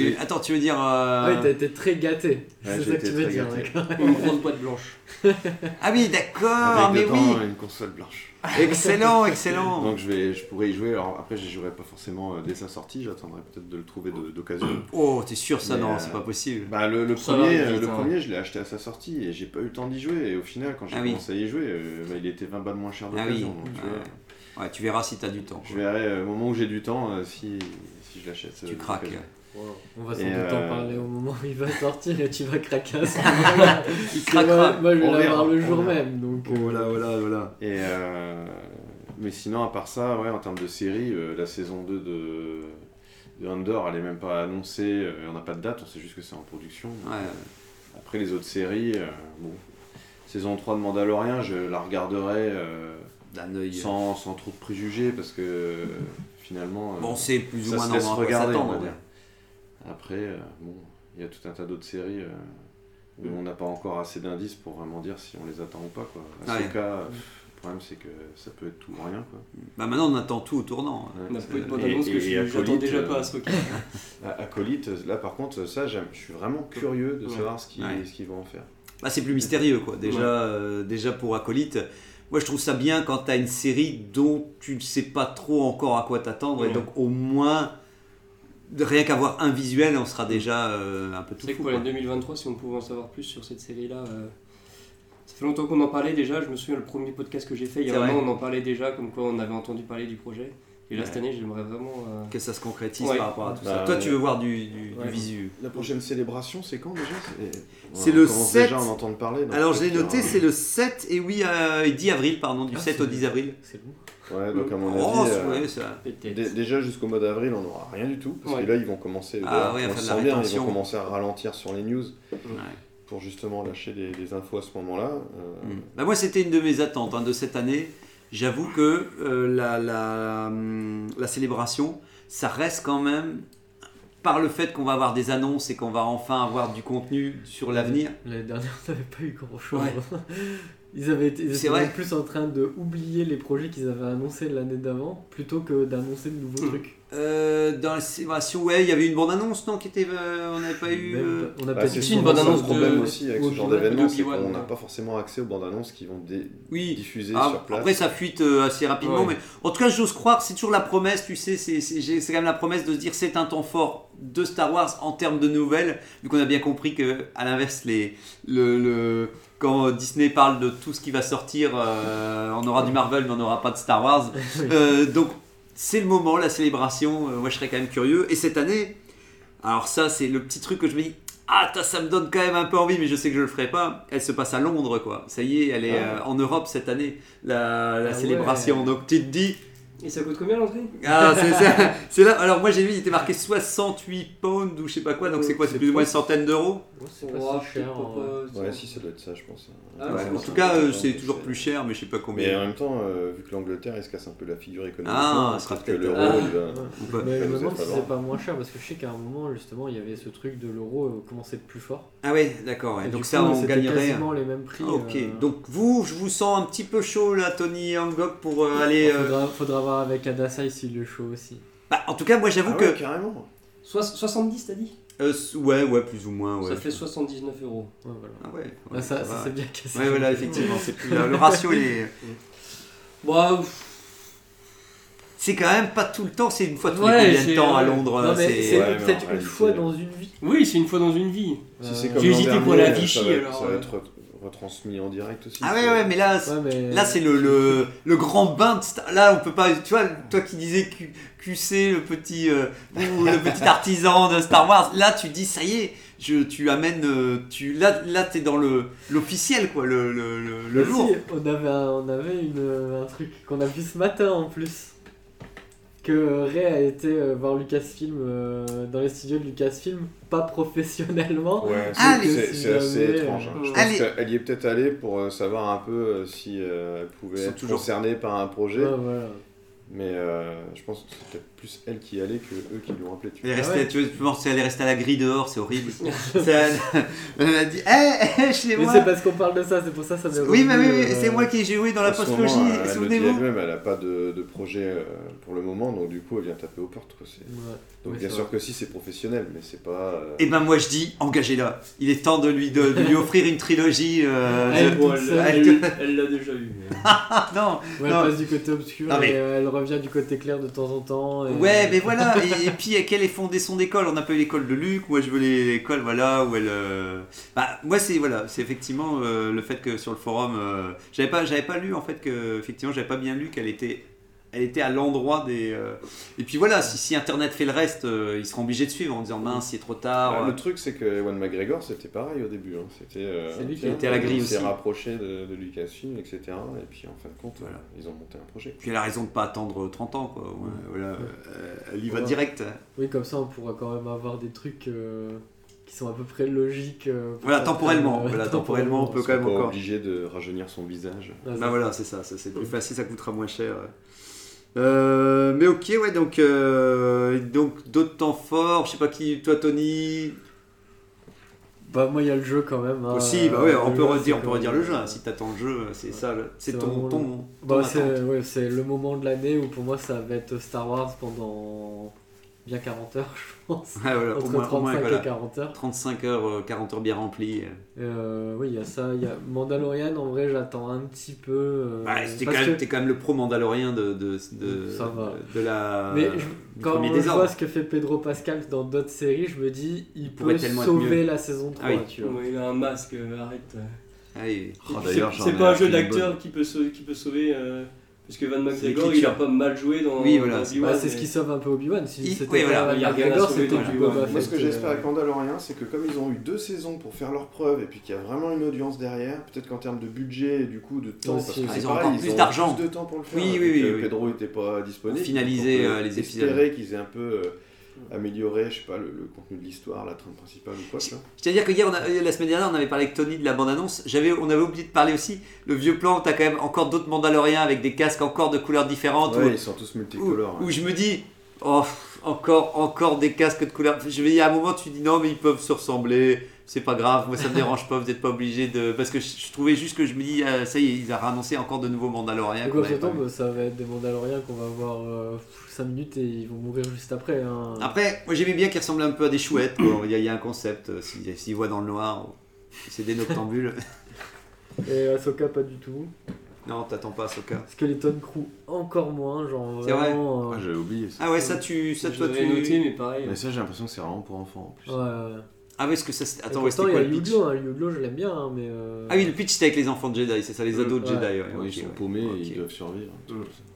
Speaker 5: Oui.
Speaker 1: Attends, tu veux dire. euh,
Speaker 3: Ouais, t'as été très gâté. c'est
Speaker 5: j'ai
Speaker 3: ça que
Speaker 5: été
Speaker 3: tu veux
Speaker 5: très
Speaker 3: dire,
Speaker 5: gâté.
Speaker 3: d'accord.
Speaker 2: Une grosse boîte blanche.
Speaker 1: Ah oui, d'accord, mais
Speaker 5: Avec dedans,
Speaker 1: oui.
Speaker 5: une console blanche.
Speaker 1: Excellent, excellent.
Speaker 5: Donc je, vais, je pourrais y jouer. Alors après, je jouerai pas forcément euh, dès sa sortie. J'attendrai peut-être de le trouver de- d'occasion.
Speaker 1: Oh, t'es sûr ça
Speaker 5: Mais,
Speaker 1: Non,
Speaker 5: euh,
Speaker 1: c'est pas possible.
Speaker 5: Bah, le, le
Speaker 2: Ça
Speaker 5: premier,
Speaker 2: va,
Speaker 5: euh, le
Speaker 1: hein.
Speaker 2: putain.
Speaker 5: premier, je l'ai acheté à sa sortie et j'ai pas eu le temps d'y jouer. Et au final, quand j'ai
Speaker 1: Ah oui.
Speaker 5: commencé à y jouer, euh, bah, il était 20 balles moins cher
Speaker 1: Ah oui.
Speaker 5: d'occasion. donc, tu vois,
Speaker 1: Ouais. Ouais, tu verras si t'as du temps.
Speaker 5: Je
Speaker 1: quoi.
Speaker 5: verrai euh, au moment où j'ai du temps euh, si, si je l'achète. euh,
Speaker 1: Tu craques.
Speaker 5: d'occasion.
Speaker 3: On va sans
Speaker 5: Et,
Speaker 3: doute
Speaker 5: euh,
Speaker 3: en parler au moment où il va sortir et tu vas craquer à ça.
Speaker 1: Il
Speaker 3: Moi,
Speaker 1: craquera.
Speaker 3: moi, je vais
Speaker 5: On verra,
Speaker 3: l'avoir le
Speaker 5: on
Speaker 3: jour
Speaker 5: verra.
Speaker 3: même. Donc, euh,
Speaker 1: Voilà, voilà, voilà.
Speaker 5: Et, euh, mais sinon, à part ça, ouais, en termes de série, euh, la saison 2 de, de Andor, elle est même pas annoncée. euh, on n'a pas de date, on sait juste que c'est en production.
Speaker 1: Ouais.
Speaker 5: Après les autres séries, euh, bon. Saison 3 de Mandalorian, je la regarderai. euh,
Speaker 1: D'un œil.
Speaker 5: sans, sans trop de préjugés parce que euh, finalement euh,
Speaker 1: Bon, c'est plus ou
Speaker 5: ça
Speaker 1: moins
Speaker 5: se laisse
Speaker 1: normal. à quoi
Speaker 5: regarder on va
Speaker 1: s'attendre,
Speaker 5: dire. après euh, bon il y a tout un tas d'autres séries euh, où
Speaker 1: Mm.
Speaker 5: on n'a pas encore assez d'indices pour vraiment dire si on les attend ou pas quoi
Speaker 1: Ah
Speaker 5: à
Speaker 1: Ouais. Mm.
Speaker 5: ce cas euh, le problème c'est que ça peut être tout ou rien quoi
Speaker 1: ouais. Bah maintenant, on attend tout au tournant.
Speaker 5: Ouais,
Speaker 2: On n'a
Speaker 5: c'est-
Speaker 2: pas eu de bonne
Speaker 5: et-
Speaker 2: annonce que
Speaker 5: et
Speaker 2: je- j'attends
Speaker 5: Acolyte,
Speaker 2: déjà
Speaker 5: euh,
Speaker 2: pas à ce truc.
Speaker 5: à- acolyte là par contre ça j'aime je suis vraiment curieux de
Speaker 2: Ouais.
Speaker 5: savoir ce qu'ils
Speaker 1: Ouais.
Speaker 5: ce qu'ils vont en faire
Speaker 1: Bah, c'est plus mystérieux, quoi. Déjà,
Speaker 2: Ouais.
Speaker 1: euh, déjà pour Acolyte, moi je trouve ça bien quand t'as une série dont tu ne sais pas trop encore à quoi t'attendre, et
Speaker 2: Ouais.
Speaker 1: donc au moins, de- rien qu'avoir un visuel, on sera déjà euh, un peu
Speaker 2: C'est
Speaker 1: tout
Speaker 2: vrai que
Speaker 1: fou.
Speaker 2: pour l'année
Speaker 1: quoi.
Speaker 2: 2023, si on pouvait en savoir plus sur cette série-là, euh, ça fait longtemps qu'on en parlait déjà. Je me souviens, le premier podcast que j'ai fait, il y
Speaker 1: C'est
Speaker 2: a un
Speaker 1: vrai.
Speaker 2: an, on en parlait déjà, comme quoi on avait entendu parler du projet. Et là,
Speaker 1: Ouais.
Speaker 2: cette année, j'aimerais vraiment. euh,
Speaker 1: Que ça se concrétise
Speaker 2: Ouais.
Speaker 1: par rapport à tout ça.
Speaker 5: Bah,
Speaker 1: Toi,
Speaker 5: ouais.
Speaker 1: tu veux voir du, du- du
Speaker 2: Ouais.
Speaker 1: visu.
Speaker 5: La prochaine célébration, c'est quand déjà C'est-
Speaker 1: C'est
Speaker 5: on
Speaker 1: le
Speaker 5: commence
Speaker 1: 7.
Speaker 5: Déjà, à en entendre parler. donc
Speaker 1: Alors, je l'ai
Speaker 5: peut-être
Speaker 1: noté, c'est
Speaker 5: qu'il
Speaker 1: le 7 et oui, euh, et 10 avril, pardon, du
Speaker 3: Ah,
Speaker 1: 7
Speaker 3: c'est-
Speaker 1: au 10 avril.
Speaker 3: C'est bon.
Speaker 5: y aura- Ouais, donc à mon
Speaker 1: Oh,
Speaker 5: avis.
Speaker 1: c'est-
Speaker 5: euh,
Speaker 1: ouais, ça.
Speaker 2: Peut-être.
Speaker 5: dé- Déjà jusqu'au mois d'avril, on n'aura rien du tout. Parce
Speaker 2: Ouais.
Speaker 5: que là, ils vont commencer.
Speaker 1: Ah
Speaker 5: voilà,
Speaker 1: ouais, à faire
Speaker 5: on le
Speaker 1: de la
Speaker 5: sent bien, ils
Speaker 1: rétention.
Speaker 5: vont commencer à ralentir sur les news
Speaker 1: Ouais.
Speaker 5: pour justement lâcher des, des infos à ce moment-là. euh,
Speaker 1: Mm. Bah, moi, c'était une de mes attentes hein, de cette année. J'avoue que euh, la, la, hum, la célébration, ça reste quand même, par le fait qu'on va avoir des annonces et qu'on va enfin avoir du contenu sur l'avenir,
Speaker 3: L'année dernière, on n'avait pas eu grand chose.
Speaker 1: Ouais.
Speaker 3: Ils, avaient été, ils
Speaker 1: C'est
Speaker 3: étaient
Speaker 1: vrai.
Speaker 3: même plus en train de oublier les projets qu'ils avaient annoncés l'année d'avant plutôt que d'annoncer de nouveaux
Speaker 1: Mm.
Speaker 3: trucs.
Speaker 1: Euh, dans la célébration, ouais, il y avait une bande-annonce, non, qui était, euh, on n'avait pas eu.
Speaker 3: Même
Speaker 1: euh,
Speaker 3: pas- on a
Speaker 5: Bah,
Speaker 3: peut-être
Speaker 5: c'est
Speaker 3: eu
Speaker 2: aussi une
Speaker 5: souvent
Speaker 2: bonne
Speaker 5: ça le
Speaker 2: annonce de-
Speaker 5: problème aussi avec ce genre
Speaker 3: Obi-Wan,
Speaker 5: d'événement, c'est
Speaker 2: d'Obi-Wan.
Speaker 5: qu'on n'a pas forcément accès aux bandes annonces qui vont dé-
Speaker 1: Oui.
Speaker 5: diffuser
Speaker 1: Ah,
Speaker 5: sur place.
Speaker 1: après, ça fuite euh, assez rapidement,
Speaker 2: Ouais.
Speaker 1: mais en tout cas, j'ose croire, c'est toujours la promesse, tu sais, c'est c'est- j'ai- c'est quand même la promesse de se dire c'est un temps fort de Star Wars en termes de nouvelles, vu qu'on a bien compris que, à l'inverse, les, le, le- quand Disney parle de tout ce qui va sortir, euh, on aura du Marvel, mais on n'aura pas de Star Wars.
Speaker 3: Oui.
Speaker 1: Euh, donc, c'est le moment, la célébration. Euh, moi, je serais quand même curieux. Et cette année, alors ça, c'est le petit truc que je me dis. Ah, ça, ça me donne quand même un peu envie, mais je sais que je le ferai pas. Elle se passe à Londres, quoi. Ça y est, elle est
Speaker 5: Ah.
Speaker 1: euh, en Europe cette année, la, la
Speaker 3: Ah
Speaker 1: célébration.
Speaker 3: ouais.
Speaker 1: Donc tu te dis,
Speaker 2: Et ça coûte combien l'entrée
Speaker 1: ah, c'est- c'est- c'est là. Alors moi j'ai vu, il était marqué 68 pounds ou je sais pas quoi, donc c'est quoi C'est plus ou moins une centaine d'euros
Speaker 3: Ouais, c'est pas
Speaker 2: Ouah,
Speaker 3: si cher. hein.
Speaker 2: peut-être pas,
Speaker 3: en vrai.
Speaker 2: euh,
Speaker 5: Ouais,
Speaker 2: c'est-
Speaker 5: si, ça doit être ça, je pense.
Speaker 2: Ah,
Speaker 1: Ouais,
Speaker 2: ouais,
Speaker 1: En
Speaker 2: c'est
Speaker 1: tout cas, euh, c'est toujours plus cher, mais je sais pas
Speaker 5: Mais en
Speaker 1: combien.
Speaker 5: même temps, euh, vu que l'Angleterre, il se casse un peu la figure économique.
Speaker 1: Ah,
Speaker 5: hein,
Speaker 1: ce sera
Speaker 5: peut-être que
Speaker 1: peut-être-
Speaker 5: l'euro,
Speaker 2: Ah.
Speaker 5: il va-
Speaker 1: Ou pas.
Speaker 3: Mais je
Speaker 5: Ça
Speaker 3: me
Speaker 5: nous
Speaker 3: demande
Speaker 5: est
Speaker 3: si
Speaker 5: pas
Speaker 3: c'est
Speaker 5: loin.
Speaker 3: pas moins cher parce que je sais qu'à un moment justement il y avait ce truc de l'euro euh, commençait plus fort.
Speaker 1: Ah ouais, d'accord. ouais.
Speaker 3: Et
Speaker 1: Donc
Speaker 3: du
Speaker 1: ça,
Speaker 3: coup,
Speaker 1: on
Speaker 3: c'était
Speaker 1: gagnerait. hein. Ah,
Speaker 3: quasiment les mêmes prix.
Speaker 1: Ok,
Speaker 3: euh,
Speaker 1: donc vous, je vous sens un petit peu chaud là, Tony Hancock, pour euh, aller. euh,
Speaker 3: faudra, faudra voir avec Adasai s'il le chaud aussi.
Speaker 1: Bah, en tout cas, moi j'avoue
Speaker 5: Ah
Speaker 1: que.
Speaker 5: ouais, carrément.
Speaker 2: Soix- 70, t'as dit
Speaker 1: Euh, s- ouais, ouais, plus ou moins. Ouais.
Speaker 2: Ça fait 79 euros.
Speaker 3: Ouais, voilà.
Speaker 1: Ah ouais, ouais,
Speaker 3: Là, ça, ça
Speaker 1: va.
Speaker 3: s'est bien cassé.
Speaker 1: Ouais, voilà, effectivement, c'est plus là. Le ratio, il est.
Speaker 2: Bah, pff,
Speaker 1: C'est quand même pas tout le temps, c'est une fois tous
Speaker 2: Ouais,
Speaker 1: les combien de
Speaker 2: c'est-
Speaker 1: temps à Londres
Speaker 3: Non,
Speaker 1: euh,
Speaker 3: mais
Speaker 1: c'est-
Speaker 3: c'est
Speaker 5: Ouais, mais en
Speaker 3: peut-être une
Speaker 5: réalité,
Speaker 3: fois
Speaker 5: euh,
Speaker 3: dans une vie.
Speaker 2: oui, c'est une fois dans une vie.
Speaker 5: Si
Speaker 3: Euh,
Speaker 5: c'est comme
Speaker 2: J'ai
Speaker 5: l'an
Speaker 2: hésité
Speaker 5: dernier,
Speaker 2: pour la
Speaker 5: ça va
Speaker 2: Vichy,
Speaker 5: être-
Speaker 2: alors,
Speaker 5: Ça va
Speaker 2: ouais.
Speaker 5: être re- retransmis en direct aussi.
Speaker 1: Ah ouais,
Speaker 5: ça.
Speaker 1: ouais, mais là.
Speaker 3: ouais, mais-
Speaker 1: Là, c'est le, le, le grand bain de Star- Là, on peut pas. Tu vois, toi qui disais Q- QC, le petit, euh, ou le petit artisan de Star Wars, là, tu dis, ça y est, je, tu amènes. euh, Tu, là, là t'es dans le- l'officiel, quoi, le, le, le, le
Speaker 3: Si,
Speaker 1: lourd.
Speaker 3: on avait, un, on avait une- euh, un truc qu'on a vu ce matin en plus. Que Ray a été euh, voir Lucasfilm euh, dans les studios de Lucasfilm, pas professionnellement.
Speaker 5: Ouais, c'est-
Speaker 1: Ah, mais
Speaker 5: c'est
Speaker 3: si
Speaker 5: c'est assez
Speaker 3: jamais,
Speaker 5: étrange. hein.
Speaker 2: euh,
Speaker 5: Je
Speaker 1: Allez.
Speaker 5: pense qu'elle y est peut-être allée pour euh, savoir un peu euh, si euh, elle pouvait
Speaker 1: Ils sont
Speaker 5: être
Speaker 1: toujours-
Speaker 5: concernée par un projet.
Speaker 3: Ouais, voilà.
Speaker 5: Mais euh, je pense que c'est peut-être plus elle qui y allait que eux qui l'ont appelée. tu
Speaker 1: Elle est
Speaker 5: vois.
Speaker 1: restée,
Speaker 3: Ah ouais.
Speaker 1: tu vois, tu penses, elle est restée à la grille dehors, c'est horrible. C'est- elle, elle a dit, hé, hé, chez
Speaker 3: Mais
Speaker 1: moi.
Speaker 3: c'est parce qu'on parle de ça, c'est pour ça que ça m'est
Speaker 1: Oui, mais
Speaker 3: revenu,
Speaker 1: oui, oui,
Speaker 3: euh,
Speaker 1: c'est moi qui ai joué dans la
Speaker 5: En ce moment,
Speaker 1: postlogie,
Speaker 5: elle le dit
Speaker 1: souvenez-vous.
Speaker 5: elle-même, elle n'a pas de, de projet euh, pour le moment, donc du coup, elle vient taper aux portes. quoi, c'est-
Speaker 3: Ouais.
Speaker 5: Donc
Speaker 3: Oui,
Speaker 5: bien
Speaker 3: c'est
Speaker 5: sûr
Speaker 3: vrai.
Speaker 5: que si, c'est professionnel, mais c'est pas... euh,
Speaker 1: Et ben moi je dis, engagez-la. Il est temps de lui, de, de lui offrir une trilogie. euh,
Speaker 3: Elle,
Speaker 1: de-
Speaker 3: toute
Speaker 2: elle
Speaker 3: seule.
Speaker 2: elle- elle l'a déjà eu. mais-
Speaker 1: Ah, non.
Speaker 3: Ouais,
Speaker 1: Non.
Speaker 3: elle passe du côté obscur
Speaker 1: Non, mais-
Speaker 3: et euh, elle revient du côté clair de temps en temps. et-
Speaker 1: Ouais, mais voilà. Et, et puis, à quelle est fondée son école On n'a pas eu l'école de Luc. Moi, je veux les- l'école, voilà, où elle. euh, Bah, moi, c'est voilà, c'est effectivement euh, le fait que sur le forum, euh, j'avais pas, j'avais pas lu en fait que effectivement, j'avais pas bien lu qu'elle était, elle était à l'endroit des. euh, Et puis voilà, si, si Internet fait le reste, euh, ils seront obligés de suivre en disant mince, c'est trop tard.
Speaker 5: bah,
Speaker 1: euh.
Speaker 5: le truc, c'est que Ewan McGregor, c'était pareil au début. hein, C'était, euh,
Speaker 3: C'est lui qui
Speaker 5: tiens,
Speaker 1: était à la grille
Speaker 5: Il s'est
Speaker 1: aussi.
Speaker 5: rapproché de, de Lucasfilm, etc. Et puis, en fin de compte, euh,
Speaker 1: Voilà.
Speaker 5: ils ont monté un projet.
Speaker 1: Puis elle a raison de pas attendre 30 ans, quoi. Ouais, voilà, euh, elle y va
Speaker 3: Ouais.
Speaker 1: direct.
Speaker 3: euh, Oui, comme ça on pourra quand même avoir des trucs euh, qui sont à peu près logiques. euh, pour
Speaker 1: Voilà,
Speaker 3: certains,
Speaker 1: temporellement, voilà, temporellement, on peut
Speaker 5: Ils
Speaker 1: quand même
Speaker 5: sont pas
Speaker 1: encore.
Speaker 5: obligé de rajeunir son visage.
Speaker 3: Ouais,
Speaker 1: Bah voilà, c'est ça, ça, c'est plus facile, ça coûtera moins cher. Euh, mais ok, ouais, donc euh, donc d'autres temps forts, je sais pas qui, toi Tony.
Speaker 3: Bah moi il y a le jeu quand même. hein.
Speaker 1: Aussi, bah ouais,
Speaker 3: Le
Speaker 1: on peut
Speaker 3: jeu,
Speaker 1: redire,
Speaker 3: c'est
Speaker 1: on peut
Speaker 3: quand
Speaker 1: redire
Speaker 3: même-
Speaker 1: le jeu. hein, si t'attends le jeu, c'est
Speaker 3: Ouais.
Speaker 1: ça, le- c'est
Speaker 3: C'est
Speaker 1: ton
Speaker 3: vraiment
Speaker 1: ton.
Speaker 3: le-
Speaker 1: ton
Speaker 3: Bah
Speaker 1: attente.
Speaker 3: c'est ouais, c'est le moment de l'année où pour moi ça va être Star Wars pendant bien 40 heures je pense.
Speaker 1: Ouais, voilà, au
Speaker 3: Entre
Speaker 1: moins,
Speaker 3: 35
Speaker 1: au moins, voilà.
Speaker 3: et 40 heures.
Speaker 1: 35 heures, euh, 40 heures bien remplies. euh.
Speaker 3: Euh, oui, il y a ça. Il y a Mandalorian en vrai j'attends un petit peu. euh,
Speaker 1: Ouais, Bah, c'était
Speaker 3: parce
Speaker 1: quand même,
Speaker 3: que
Speaker 1: t'es quand même le pro mandalorien de de, de,
Speaker 3: Ça va.
Speaker 1: de la
Speaker 3: Mais je-
Speaker 1: du
Speaker 3: Quand
Speaker 1: premier
Speaker 3: je
Speaker 1: désordre.
Speaker 3: vois ce que fait Pedro Pascal dans d'autres séries, je me dis, il
Speaker 1: pourrait
Speaker 3: peut
Speaker 1: tellement être
Speaker 3: sauver la saison 3,
Speaker 1: Ah oui.
Speaker 3: tu vois.
Speaker 2: Ouais, il a un masque, euh, arrête.
Speaker 1: Ah oui.
Speaker 2: Et puis,
Speaker 5: d'ailleurs,
Speaker 3: Oh,
Speaker 2: c'est-
Speaker 5: j'en
Speaker 2: c'est
Speaker 5: ai
Speaker 2: pas un
Speaker 5: appris
Speaker 2: jeu
Speaker 5: une
Speaker 2: d'acteur qui peut sauver. Qui peut sauver euh, parce Parce que Van McGregor, il a pas mal joué dans
Speaker 1: Oui, voilà,
Speaker 2: dans
Speaker 1: c'est-
Speaker 2: Obi-Wan,
Speaker 3: Bah, c'est ce
Speaker 2: mais-
Speaker 3: qui sauve un peu Obi-Wan. Si
Speaker 1: Il-
Speaker 3: c'était
Speaker 1: oui,
Speaker 3: pas
Speaker 1: voilà,
Speaker 3: Ewan
Speaker 2: il y a rien à
Speaker 3: McGregor,
Speaker 2: sauver
Speaker 3: c'était
Speaker 2: dans
Speaker 3: du
Speaker 2: Obi-Wan.
Speaker 3: Boba
Speaker 5: Moi, ce
Speaker 3: Fett,
Speaker 5: que j'espère
Speaker 3: euh,
Speaker 5: avec Mandalorian, c'est que comme ils ont eu deux saisons pour faire leurs preuves et puis qu'il y a vraiment une audience derrière, peut-être qu'en termes de budget et du coup de temps,
Speaker 3: Aussi,
Speaker 5: parce que
Speaker 3: ils
Speaker 5: c'est
Speaker 1: ont
Speaker 5: pareil,
Speaker 1: encore plus d'argent.
Speaker 5: plus de temps pour le faire.
Speaker 1: Oui, oui,
Speaker 5: et puis
Speaker 1: oui,
Speaker 5: que
Speaker 1: oui.
Speaker 5: Pedro n'était pas disponible.
Speaker 1: Pour finaliser,
Speaker 5: Donc, on peut
Speaker 1: euh, les
Speaker 5: Espérer qu'ils aient un peu euh, amélioré, je sais pas, le, le contenu de l'histoire, la trame principale ou quoi. tu vois.
Speaker 1: C'est-à-dire que hier, on a- euh, la semaine dernière, on avait parlé avec Tony de la bande-annonce. J'avais, on avait oublié de parler aussi le vieux plan où t'as quand même encore d'autres Mandaloriens avec des casques encore de couleurs différentes.
Speaker 5: Ouais,
Speaker 1: où-
Speaker 5: ils sont tous
Speaker 1: où,
Speaker 5: multicolores.
Speaker 1: où
Speaker 5: hein.
Speaker 1: je me dis, oh, pff, encore, encore des casques de couleurs. Je vais, à un moment, tu dis non, mais ils peuvent se ressembler. C'est pas grave, moi ça me dérange pas, vous n'êtes pas obligé de. Parce que je, je trouvais juste que je me dis, ah, ça y est, ils ont annoncé encore de nouveaux Mandaloriens.
Speaker 3: Et
Speaker 1: qu'on
Speaker 3: quoi
Speaker 1: avait
Speaker 3: qu'il
Speaker 1: pas vu.
Speaker 3: tombe, ça va être des Mandaloriens qu'on va voir 5 minutes et ils vont mourir juste après. hein.
Speaker 1: Après, moi j'aimais bien qu'ils ressemblent un peu à des chouettes. quoi. Il y, a- il y a un concept, euh, s'ils s'ils voient dans le noir, c'est des noctambules.
Speaker 3: Et Ahsoka, pas du tout.
Speaker 1: non, t'attends pas, Soka.
Speaker 3: Skeleton Crew, encore moins. Genre,
Speaker 1: C'est vrai.
Speaker 3: vraiment.
Speaker 5: Ah,
Speaker 3: euh,
Speaker 5: j'avais oublié ça.
Speaker 1: Ah ouais, ça tu, ça toi
Speaker 2: J'avais
Speaker 1: tu
Speaker 2: noté, mais pareil.
Speaker 5: Mais ça, j'ai l'impression que c'est vraiment pour enfants en plus.
Speaker 3: ouais, ouais.
Speaker 1: Ah ouais, est-ce que ça c'est-
Speaker 3: Et
Speaker 1: attends, ouais,
Speaker 3: pourtant,
Speaker 1: c'était
Speaker 3: il y
Speaker 1: quoi
Speaker 3: a
Speaker 1: le pitch
Speaker 3: Yu-Gi-Oh! hein, Yu-Gi-Oh! je l'aime bien, hein, mais. euh,
Speaker 1: Ah oui, le pitch c'était avec les enfants de Jedi, c'est ça, les
Speaker 5: Euh, Ouais.
Speaker 1: ados de
Speaker 3: Ouais.
Speaker 1: Jedi. Ouais,
Speaker 5: Ouais,
Speaker 1: ok,
Speaker 5: ils sont
Speaker 1: ouais.
Speaker 5: paumés
Speaker 1: Ok.
Speaker 5: et ils doivent survivre.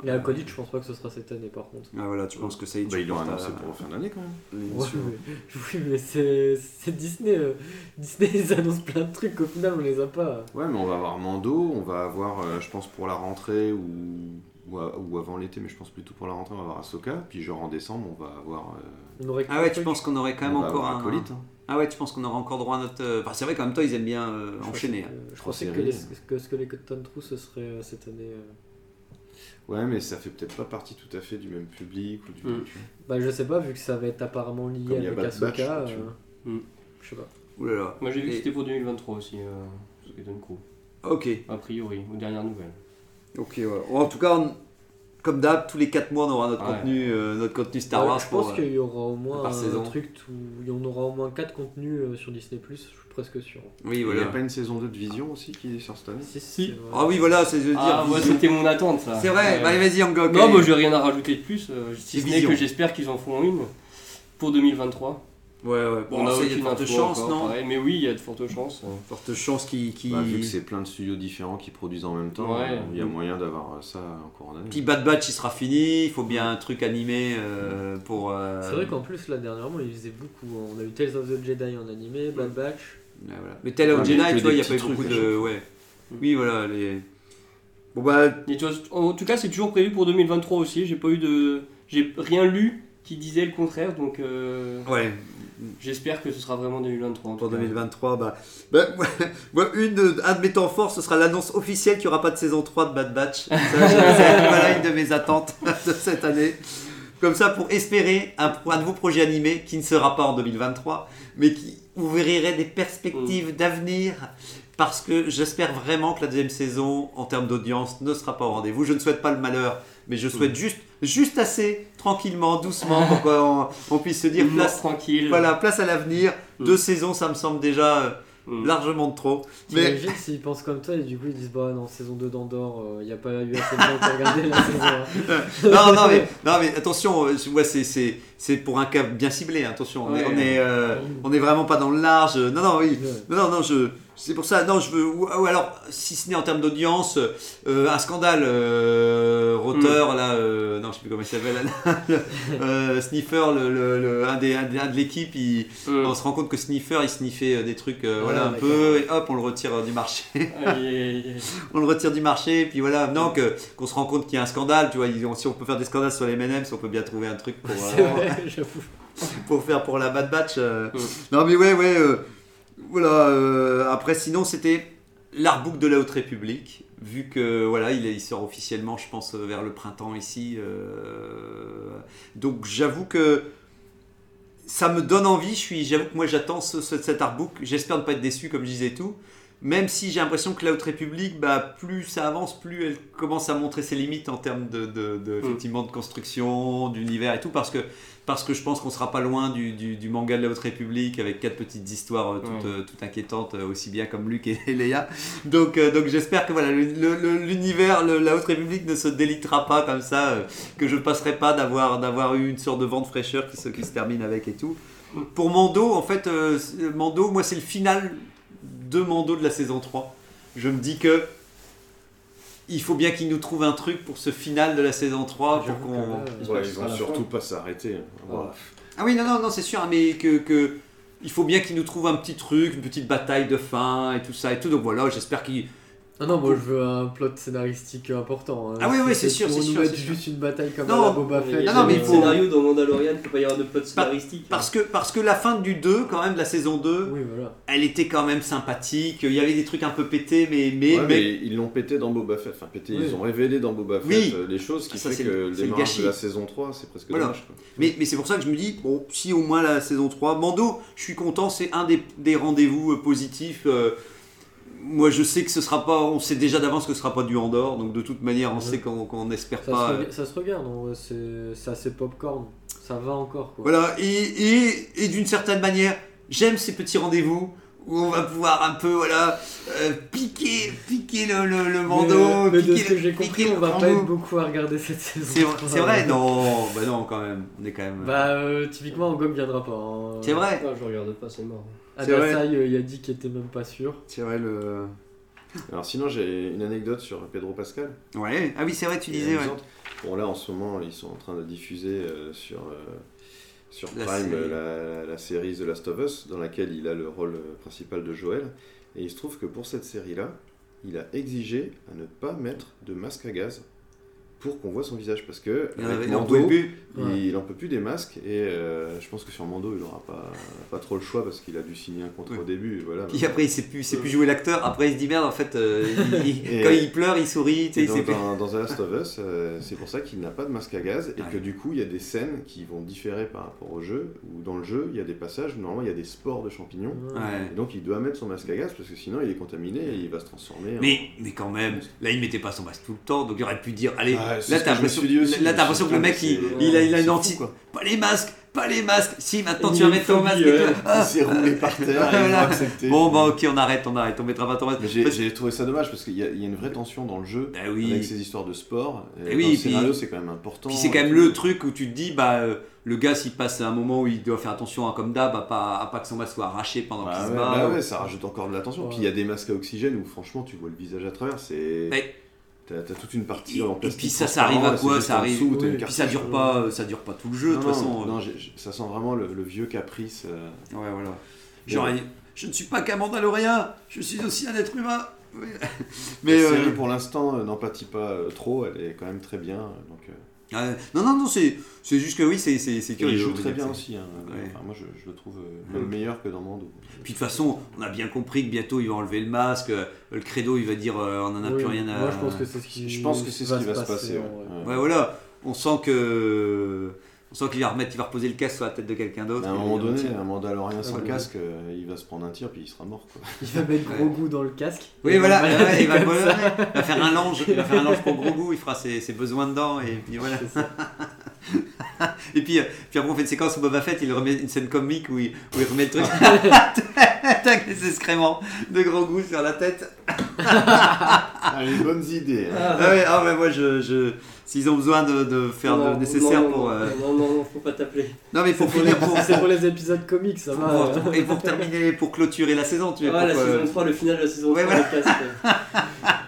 Speaker 3: Mais à Quidditch, je pense pas que ce sera cette année par contre.
Speaker 1: Ah voilà, tu penses que ça y est,
Speaker 5: Bah,
Speaker 1: tu
Speaker 5: ils l'ont
Speaker 1: penses à-
Speaker 5: annoncé pour fin d'année quand même.
Speaker 3: Ouais, mais- oui, mais c'est c'est Disney. euh. Disney, ils annoncent plein de trucs, au final, on les a pas.
Speaker 5: Ouais, mais on va avoir Mando, on va avoir, euh, je pense, pour la rentrée ou, ou, à- ou avant l'été, mais je pense plutôt pour la rentrée, on va avoir Ahsoka. Puis, genre en décembre, on va avoir. euh,
Speaker 3: On aurait
Speaker 1: Ah ouais, tu penses qu'on aurait quand même
Speaker 5: on va
Speaker 1: encore
Speaker 5: avoir
Speaker 1: un
Speaker 5: acolyte. hein.
Speaker 1: Ah ouais, tu penses qu'on aurait encore droit à notre euh, Enfin, c'est vrai qu'en même temps, ils aiment bien euh, enchaîner. hein.
Speaker 3: Je
Speaker 5: Trois
Speaker 3: pensais que,
Speaker 5: séries.
Speaker 3: les- que Skeleton Crew, ce serait euh, cette année. euh.
Speaker 5: Ouais, mais ça fait peut-être pas partie tout à fait du même public ou du.
Speaker 2: Mm.
Speaker 5: tu
Speaker 3: Bah, je sais pas, vu que ça va être apparemment lié
Speaker 5: Comme il y a
Speaker 3: avec
Speaker 5: Bad Batch,
Speaker 3: Ahsoka.
Speaker 5: tu vois.
Speaker 3: euh,
Speaker 1: Hmm.
Speaker 2: Mm.
Speaker 3: Je sais pas.
Speaker 1: Ouh là là.
Speaker 2: Moi j'ai vu
Speaker 1: Et-
Speaker 2: que c'était pour 2023 aussi, euh, Skeleton Crew.
Speaker 1: OK.
Speaker 2: A priori, aux dernières nouvelles.
Speaker 1: OK, ouais. En tout cas, on- comme d'hab, tous les 4 mois, on aura notre
Speaker 2: Ouais.
Speaker 1: contenu euh, notre contenu Star
Speaker 3: Ouais,
Speaker 1: Wars
Speaker 3: je
Speaker 1: pour,
Speaker 3: pense
Speaker 1: euh,
Speaker 3: qu'il y aura au moins
Speaker 1: par
Speaker 3: un
Speaker 1: saison.
Speaker 3: truc où il y en aura au moins 4 contenus euh, sur Disney, je suis presque sûr.
Speaker 1: Oui,
Speaker 5: Il n'y a
Speaker 1: voilà.
Speaker 5: pas une saison 2 de Vision aussi qui sort cette année
Speaker 3: Si,
Speaker 2: Si.
Speaker 1: Ah oui, voilà, c'est je veux
Speaker 2: Ah,
Speaker 1: dire.
Speaker 2: moi
Speaker 1: vision.
Speaker 2: c'était mon attente Euh, ça.
Speaker 1: C'est vrai.
Speaker 2: Ouais.
Speaker 1: Bah, vas-y, Yango. ok.
Speaker 2: Non, moi j'ai rien à rajouter de plus, euh,
Speaker 1: C'est
Speaker 2: si ce n'est
Speaker 1: vision.
Speaker 2: que j'espère qu'ils en feront une pour 2023.
Speaker 1: Ouais, ouais.
Speaker 2: On
Speaker 1: Bon,
Speaker 2: a
Speaker 1: ça, il y a de
Speaker 2: aucune
Speaker 1: fortes
Speaker 2: info
Speaker 1: chances,
Speaker 2: encore,
Speaker 1: non
Speaker 2: pareil, Mais oui, il y a de fortes chances. euh.
Speaker 1: Fortes chances qui qui
Speaker 5: Bah, Vu que c'est plein de studios différents qui produisent en même temps,
Speaker 2: Ouais.
Speaker 5: euh, il y a moyen d'avoir euh, ça en courant d'année.
Speaker 1: Petit Bad Batch, il sera fini. Il faut bien un truc animé euh, pour. euh,
Speaker 3: C'est vrai qu'en plus, là, dernièrement, ils faisaient beaucoup. hein. On a eu Tales of the Jedi en
Speaker 1: Hmm.
Speaker 3: animé, Bad Batch.
Speaker 1: Ouais, euh, voilà. Mais Tale of
Speaker 5: Ouais,
Speaker 1: Jedi,
Speaker 5: mais que
Speaker 1: tu vois, il
Speaker 5: des
Speaker 1: n'y a pas eu
Speaker 5: petits
Speaker 1: beaucoup
Speaker 5: trucs, hein.
Speaker 1: de. Ouais.
Speaker 2: Mm.
Speaker 1: Oui, voilà. Les... Bon, bah.
Speaker 2: Et tu vois, en tout cas, c'est toujours prévu pour 2023 aussi. J'ai pas eu de. J'ai rien lu qui disait le contraire, donc euh,
Speaker 1: Ouais,
Speaker 2: j'espère que ce sera vraiment 2023. en
Speaker 1: pour
Speaker 2: tout cas.
Speaker 1: 2023, bah. bah, moi, une, de- un de mes temps forts, ce sera l'annonce officielle qu'il n'y aura pas de saison 3 de Bad Batch. Ça, je- c'est- voilà une de mes attentes de cette année. Comme ça, pour espérer un, un nouveau projet animé qui ne sera pas en 2023, mais qui ouvrirait des perspectives d'avenir. Parce que j'espère vraiment que la deuxième saison, en termes d'audience, ne sera pas au rendez-vous. Je ne souhaite pas le malheur, mais je souhaite juste, juste assez, tranquillement, doucement, pour qu'on on puisse se dire
Speaker 2: Mort
Speaker 1: place
Speaker 2: tranquille.
Speaker 1: voilà, place à l'avenir.
Speaker 2: Mm.
Speaker 1: Deux saisons, ça me semble déjà euh,
Speaker 2: Mm.
Speaker 1: largement de trop. Mais
Speaker 3: T'imagines s'ils pensent comme toi et du coup ils disent Bah non, saison 2 d'Andorre, il n'y a pas eu assez de gens pour regarder la saison. hein.
Speaker 1: non, non, mais, non, mais attention, euh, je- ouais, c'est- c'est c'est pour un cas bien ciblé. hein, Attention, on, est,
Speaker 2: Ouais.
Speaker 1: on, est, euh, on est vraiment pas dans le large. euh, Non, non, oui. Non,
Speaker 3: Ouais.
Speaker 1: non, non, je. C'est pour ça, non, je veux. Ou, ou alors, si ce n'est en termes d'audience, euh, un scandale, euh, Rotter, là, euh, non, je sais plus comment il s'appelle, là, le- euh, Sniffer, le, le- le- un, des, un des- un de l'équipe, il,
Speaker 2: Mm.
Speaker 1: on se rend compte que Sniffer, il sniffait euh, des trucs, euh,
Speaker 3: Ouais,
Speaker 1: voilà, un
Speaker 3: d'accord.
Speaker 1: peu, et hop, on le retire euh, du marché.
Speaker 2: Aïe, aïe, aïe.
Speaker 1: on le retire du marché, et puis voilà, maintenant que- qu'on se rend compte qu'il y a un scandale, tu vois, ils ont- si on peut faire des scandales sur les M&M's, on peut bien trouver un truc pour,
Speaker 3: C'est
Speaker 1: euh,
Speaker 3: vrai, j'avoue.
Speaker 1: pour faire pour la Bad Batch. euh.
Speaker 2: Mm.
Speaker 1: Non mais ouais, ouais, euh, voilà, euh, après sinon c'était l'artbook de la Haute République, vu que voilà, il, est- il sort officiellement, je pense, euh, vers le printemps ici, euh, donc j'avoue que... Ça me donne envie, je suis, j'avoue que moi j'attends ce- ce- cet artbook, j'espère ne pas être déçu comme je disais tout, même si j'ai l'impression que la Haute République, bah, plus ça avance, plus elle commence à montrer ses limites en termes de, de- de- effectivement, de construction, d'univers et tout, parce que, parce que je pense qu'on sera pas loin du, du- du manga de la Haute République avec quatre petites histoires euh, toutes,
Speaker 2: Ouais.
Speaker 1: euh, toutes inquiétantes, euh, aussi bien comme Luc et Léa. Donc, euh, donc j'espère que voilà, le- le- le- l'univers, le- la Haute République ne se délitera pas comme ça, euh, que je passerai pas d'avoir d'avoir eu une sorte de vent de fraîcheur qui se, qui se termine avec et tout. Pour Mando, en fait, euh, c'est- Mando, moi c'est le final deux Mando de la saison 3. Je me dis que il faut bien qu'ils nous trouvent un truc pour ce final de la saison 3 Ah, pour
Speaker 3: J'avoue que
Speaker 1: qu'on.
Speaker 3: là, euh,
Speaker 5: Ouais,
Speaker 3: ce
Speaker 5: ils
Speaker 3: sera
Speaker 5: vont
Speaker 3: la
Speaker 5: surtout
Speaker 3: fin.
Speaker 5: pas s'arrêter. hein. Voilà.
Speaker 1: Ah oui, non, non, non, c'est sûr, hein, mais que, que- il faut bien qu'ils nous trouvent un petit truc, une petite bataille de fin et tout ça et tout. Donc voilà, j'espère qu'ils.
Speaker 3: Ah non, moi je veux un plot scénaristique important. hein.
Speaker 1: Ah oui, oui,
Speaker 3: Si
Speaker 1: c'est sûr,
Speaker 3: pour
Speaker 1: c'est
Speaker 3: nous
Speaker 1: sûr,
Speaker 3: mettre
Speaker 1: c'est sûr.
Speaker 3: juste une bataille comme
Speaker 1: Non,
Speaker 3: à la Boba Fett.
Speaker 1: non, mais il
Speaker 3: euh,
Speaker 1: faut-
Speaker 2: scénario dans Mandalorian, il faut pas y avoir de plot scénaristique.
Speaker 1: Parce que, parce que la fin du 2, quand même, de la saison 2,
Speaker 3: Oui, voilà.
Speaker 1: elle était quand même sympathique. Il y avait des trucs un peu pétés, mais. mais,
Speaker 5: Ouais,
Speaker 1: mais-
Speaker 5: mais ils l'ont pété dans Boba Fett. Enfin, pété,
Speaker 3: Oui.
Speaker 5: ils ont révélé dans Boba Fett
Speaker 1: Oui. Ah,
Speaker 5: euh, les choses qui
Speaker 1: Ça, c'est
Speaker 5: fait que
Speaker 1: le-
Speaker 5: le
Speaker 1: c'est le
Speaker 5: démarrage
Speaker 1: gâchis.
Speaker 5: de la saison 3, c'est presque
Speaker 1: Voilà.
Speaker 5: dommage. quoi.
Speaker 1: Mais, mais c'est pour ça que je me dis, bon, si au moins la saison 3, Mando, je suis content, c'est un des, des rendez-vous euh, positifs. euh, moi, je sais que ce sera pas, on sait déjà d'avance que ce sera pas du Andorre, donc de toute manière, on
Speaker 3: Ouais.
Speaker 1: sait qu'on qu'on n'espère
Speaker 3: Ça,
Speaker 1: pas.
Speaker 3: se
Speaker 1: euh,
Speaker 3: rega- ça se regarde, en vrai, c'est c'est assez popcorn. Ça va encore quoi.
Speaker 1: Voilà, et, et, et d'une certaine manière, j'aime ces petits rendez-vous où on va pouvoir un peu, voilà, euh, piquer, piquer le, le, le Mando,
Speaker 3: mais, mais de
Speaker 1: piquer
Speaker 3: ce que
Speaker 1: le-
Speaker 3: j'ai
Speaker 1: piquer
Speaker 3: compris,
Speaker 1: le
Speaker 3: on va
Speaker 1: Mando.
Speaker 3: pas être beaucoup à regarder cette saison.
Speaker 1: C'est vrai- c'est vrai, non, bah non, quand même, on est quand même.
Speaker 3: Bah, euh, typiquement, Gog viendra pas. hein.
Speaker 1: c'est vrai,
Speaker 2: Non, Ah, je regarde pas, c'est mort.
Speaker 1: c'est vrai.
Speaker 3: Adasai, euh, il a dit qu'il était même pas sûr.
Speaker 5: C'est vrai, le. Alors, sinon, j'ai une anecdote sur Pedro Pascal.
Speaker 1: ouais, ah oui, c'est vrai, tu
Speaker 5: qui est
Speaker 1: disais, ouais.
Speaker 5: amusante. Bon, là, en ce moment, ils sont en train de diffuser euh, sur, euh, sur
Speaker 1: La
Speaker 5: Prime
Speaker 1: série.
Speaker 5: euh, La, la série The Last of Us, dans laquelle il a le rôle euh, principal de Joël. Et il se trouve que pour cette série-là, il a exigé à ne pas mettre de masque à gaz pour qu'on voit son visage. Parce que
Speaker 1: Il y en
Speaker 5: avec
Speaker 1: avait- il en
Speaker 5: Mando,
Speaker 1: pouvait plus.
Speaker 3: Ouais.
Speaker 5: il n'en peut plus des masques. Et euh, je pense que sur Mando, il n'aura pas, pas trop le choix parce qu'il a dû signer un contrat
Speaker 1: Ouais.
Speaker 5: au début. et Voilà.
Speaker 1: Puis après, il sait plus, il sait plus jouer l'acteur. Après, il se dit merde, en fait, euh, il- il-
Speaker 5: euh, Et-
Speaker 1: quand il pleure, il sourit, tu sais,
Speaker 5: Et
Speaker 1: il sait
Speaker 5: donc, hein.
Speaker 1: plus.
Speaker 5: dans, dans The Last of Us, euh, c'est pour ça qu'il n'a pas de masque à gaz et
Speaker 1: Ouais.
Speaker 5: que du coup il y a des scènes qui vont différer par rapport au jeu, où dans le jeu il y a des passages où normalement il y a des spores de champignons.
Speaker 1: Ouais.
Speaker 5: Et donc il doit mettre son masque à gaz parce que sinon il est contaminé et il va se transformer. en-
Speaker 1: Mais, mais quand même, là, il mettait pas son masque tout le temps, donc il aurait pu dire allez,
Speaker 5: Ah, c'est
Speaker 1: là,
Speaker 5: ce
Speaker 1: t'as
Speaker 5: que je me
Speaker 1: l'impression
Speaker 5: suis dit aussi,
Speaker 1: là,
Speaker 5: je
Speaker 1: t'as
Speaker 5: me suis
Speaker 1: l'impression que le
Speaker 5: dit,
Speaker 1: mec, il,
Speaker 5: putain,
Speaker 1: il a, il a
Speaker 5: c'est
Speaker 1: une
Speaker 5: fou,
Speaker 1: anti.
Speaker 5: quoi.
Speaker 1: Pas les masques, pas les masques. Si, maintenant,
Speaker 3: Il
Speaker 1: tu vas
Speaker 3: a une
Speaker 1: mettre ton masque.
Speaker 3: phobie,
Speaker 1: et tout.
Speaker 3: ouais.
Speaker 5: Il s'est roulé par terre et il
Speaker 1: Ah. Voilà.
Speaker 5: a accepté.
Speaker 1: Bon, bah, ok, on arrête, on arrête, on mettra pas ton masque.
Speaker 5: Mais j'ai
Speaker 1: Parce-
Speaker 5: j'ai trouvé ça dommage parce qu'il y, a il y a une vraie tension dans le jeu
Speaker 1: Bah oui.
Speaker 5: avec ces histoires de sport.
Speaker 1: Et oui,
Speaker 5: Et dans
Speaker 1: et
Speaker 5: le
Speaker 1: puis-
Speaker 5: scénario c'est quand même important. hein,
Speaker 1: Puis c'est quand même le truc où tu te dis, bah, euh, le gars, s'il passe un moment où il doit faire attention, hein, comme d'hab, à pas, à pas que son masque soit arraché pendant
Speaker 5: Bah
Speaker 1: qu'il se
Speaker 5: ouais,
Speaker 1: bat. euh.
Speaker 5: bah ouais, ça rajoute encore de la tension.
Speaker 3: Ouais.
Speaker 5: Puis il y a des masques à oxygène où franchement tu vois le visage à travers. C'est.
Speaker 1: Ouais.
Speaker 5: T'as t'as toute une partie
Speaker 1: Et-
Speaker 5: en
Speaker 1: et
Speaker 5: plastique.
Speaker 1: puis ça, ça arrive à
Speaker 5: transparent,
Speaker 1: quoi
Speaker 5: c'est juste
Speaker 1: Ça
Speaker 5: en
Speaker 1: arrive-
Speaker 5: dessous, t'as
Speaker 3: oui,
Speaker 5: une
Speaker 3: et
Speaker 1: Et puis
Speaker 5: carte
Speaker 1: ça
Speaker 5: bleue.
Speaker 1: dure pas, euh, ça dure pas tout le jeu, de
Speaker 5: Non,
Speaker 1: toute façon. euh.
Speaker 5: non, j'ai- j'ai- ça sent vraiment le, le vieux caprice. euh,
Speaker 1: Ouais, voilà. Genre, il- je ne suis pas qu'un Mandalorien, je suis aussi un être humain. Oui. Mais. euh,
Speaker 5: la série, pour l'instant euh, n'empathie pas euh, trop, elle est quand même très bien. euh, Donc, euh,
Speaker 1: euh, non, non, non, c'est c'est juste que oui, c'est c'est- c'est
Speaker 5: et il
Speaker 1: curieux.
Speaker 5: joue
Speaker 1: on
Speaker 5: très
Speaker 1: dirait
Speaker 5: bien
Speaker 1: que
Speaker 5: aussi. hein.
Speaker 1: Ouais. Mm.
Speaker 5: Enfin, moi je, je le trouve euh,
Speaker 1: Ouais.
Speaker 5: même meilleur que dans Mando.
Speaker 1: c'est- Puis de toute façon, on a bien compris que bientôt il va enlever le masque, euh, le credo il va dire euh, on n'en a
Speaker 3: Oui,
Speaker 1: plus rien à.
Speaker 3: Moi, je pense que c'est ce qui
Speaker 5: Je pense que c'est ce qui va se passer.
Speaker 3: en vrai.
Speaker 5: ouais.
Speaker 1: Ouais, voilà, on sent que. On sent qu'il va remettre, il va reposer le casque sur la tête de quelqu'un d'autre.
Speaker 5: À un
Speaker 1: Et
Speaker 5: moment
Speaker 1: on
Speaker 5: donné, hein.
Speaker 1: tient.
Speaker 5: un Mandalorien sans
Speaker 3: Ouais.
Speaker 5: casque, euh, il va se prendre un tir puis il sera mort. quoi.
Speaker 3: Il va mettre gros
Speaker 1: Ouais.
Speaker 3: goût dans le casque.
Speaker 1: Oui, voilà,
Speaker 3: Il va
Speaker 1: ouais, il, va,
Speaker 3: comme ça.
Speaker 1: ouais, il va faire un linge, il va faire un linge pour gros goût, il fera ses, ses besoins dedans, et puis voilà.
Speaker 3: C'est ça.
Speaker 1: Et puis, euh, puis après, on fait une séquence où Boba Fett, il remet une scène comique où il, où il remet le truc. Tac, les excréments de gros goût sur la tête.
Speaker 5: Ah, les bonnes idées. hein.
Speaker 1: Ah ouais, ah ouais, moi, je. je- S'ils ont besoin de, de faire
Speaker 2: Non,
Speaker 1: le nécessaire
Speaker 2: non, non,
Speaker 1: pour.
Speaker 2: non,
Speaker 1: euh,
Speaker 2: Non, non, non, faut pas t'appeler.
Speaker 1: Non, mais pour finir, pour.
Speaker 3: C'est pour les épisodes comiques, ça va.
Speaker 1: pour- pour- et pour terminer, pour clôturer la saison, tu
Speaker 2: Ah,
Speaker 1: vois. pour euh,
Speaker 2: la
Speaker 1: que-
Speaker 2: saison 3, le final de la saison 3,
Speaker 1: Ouais,
Speaker 2: le casque.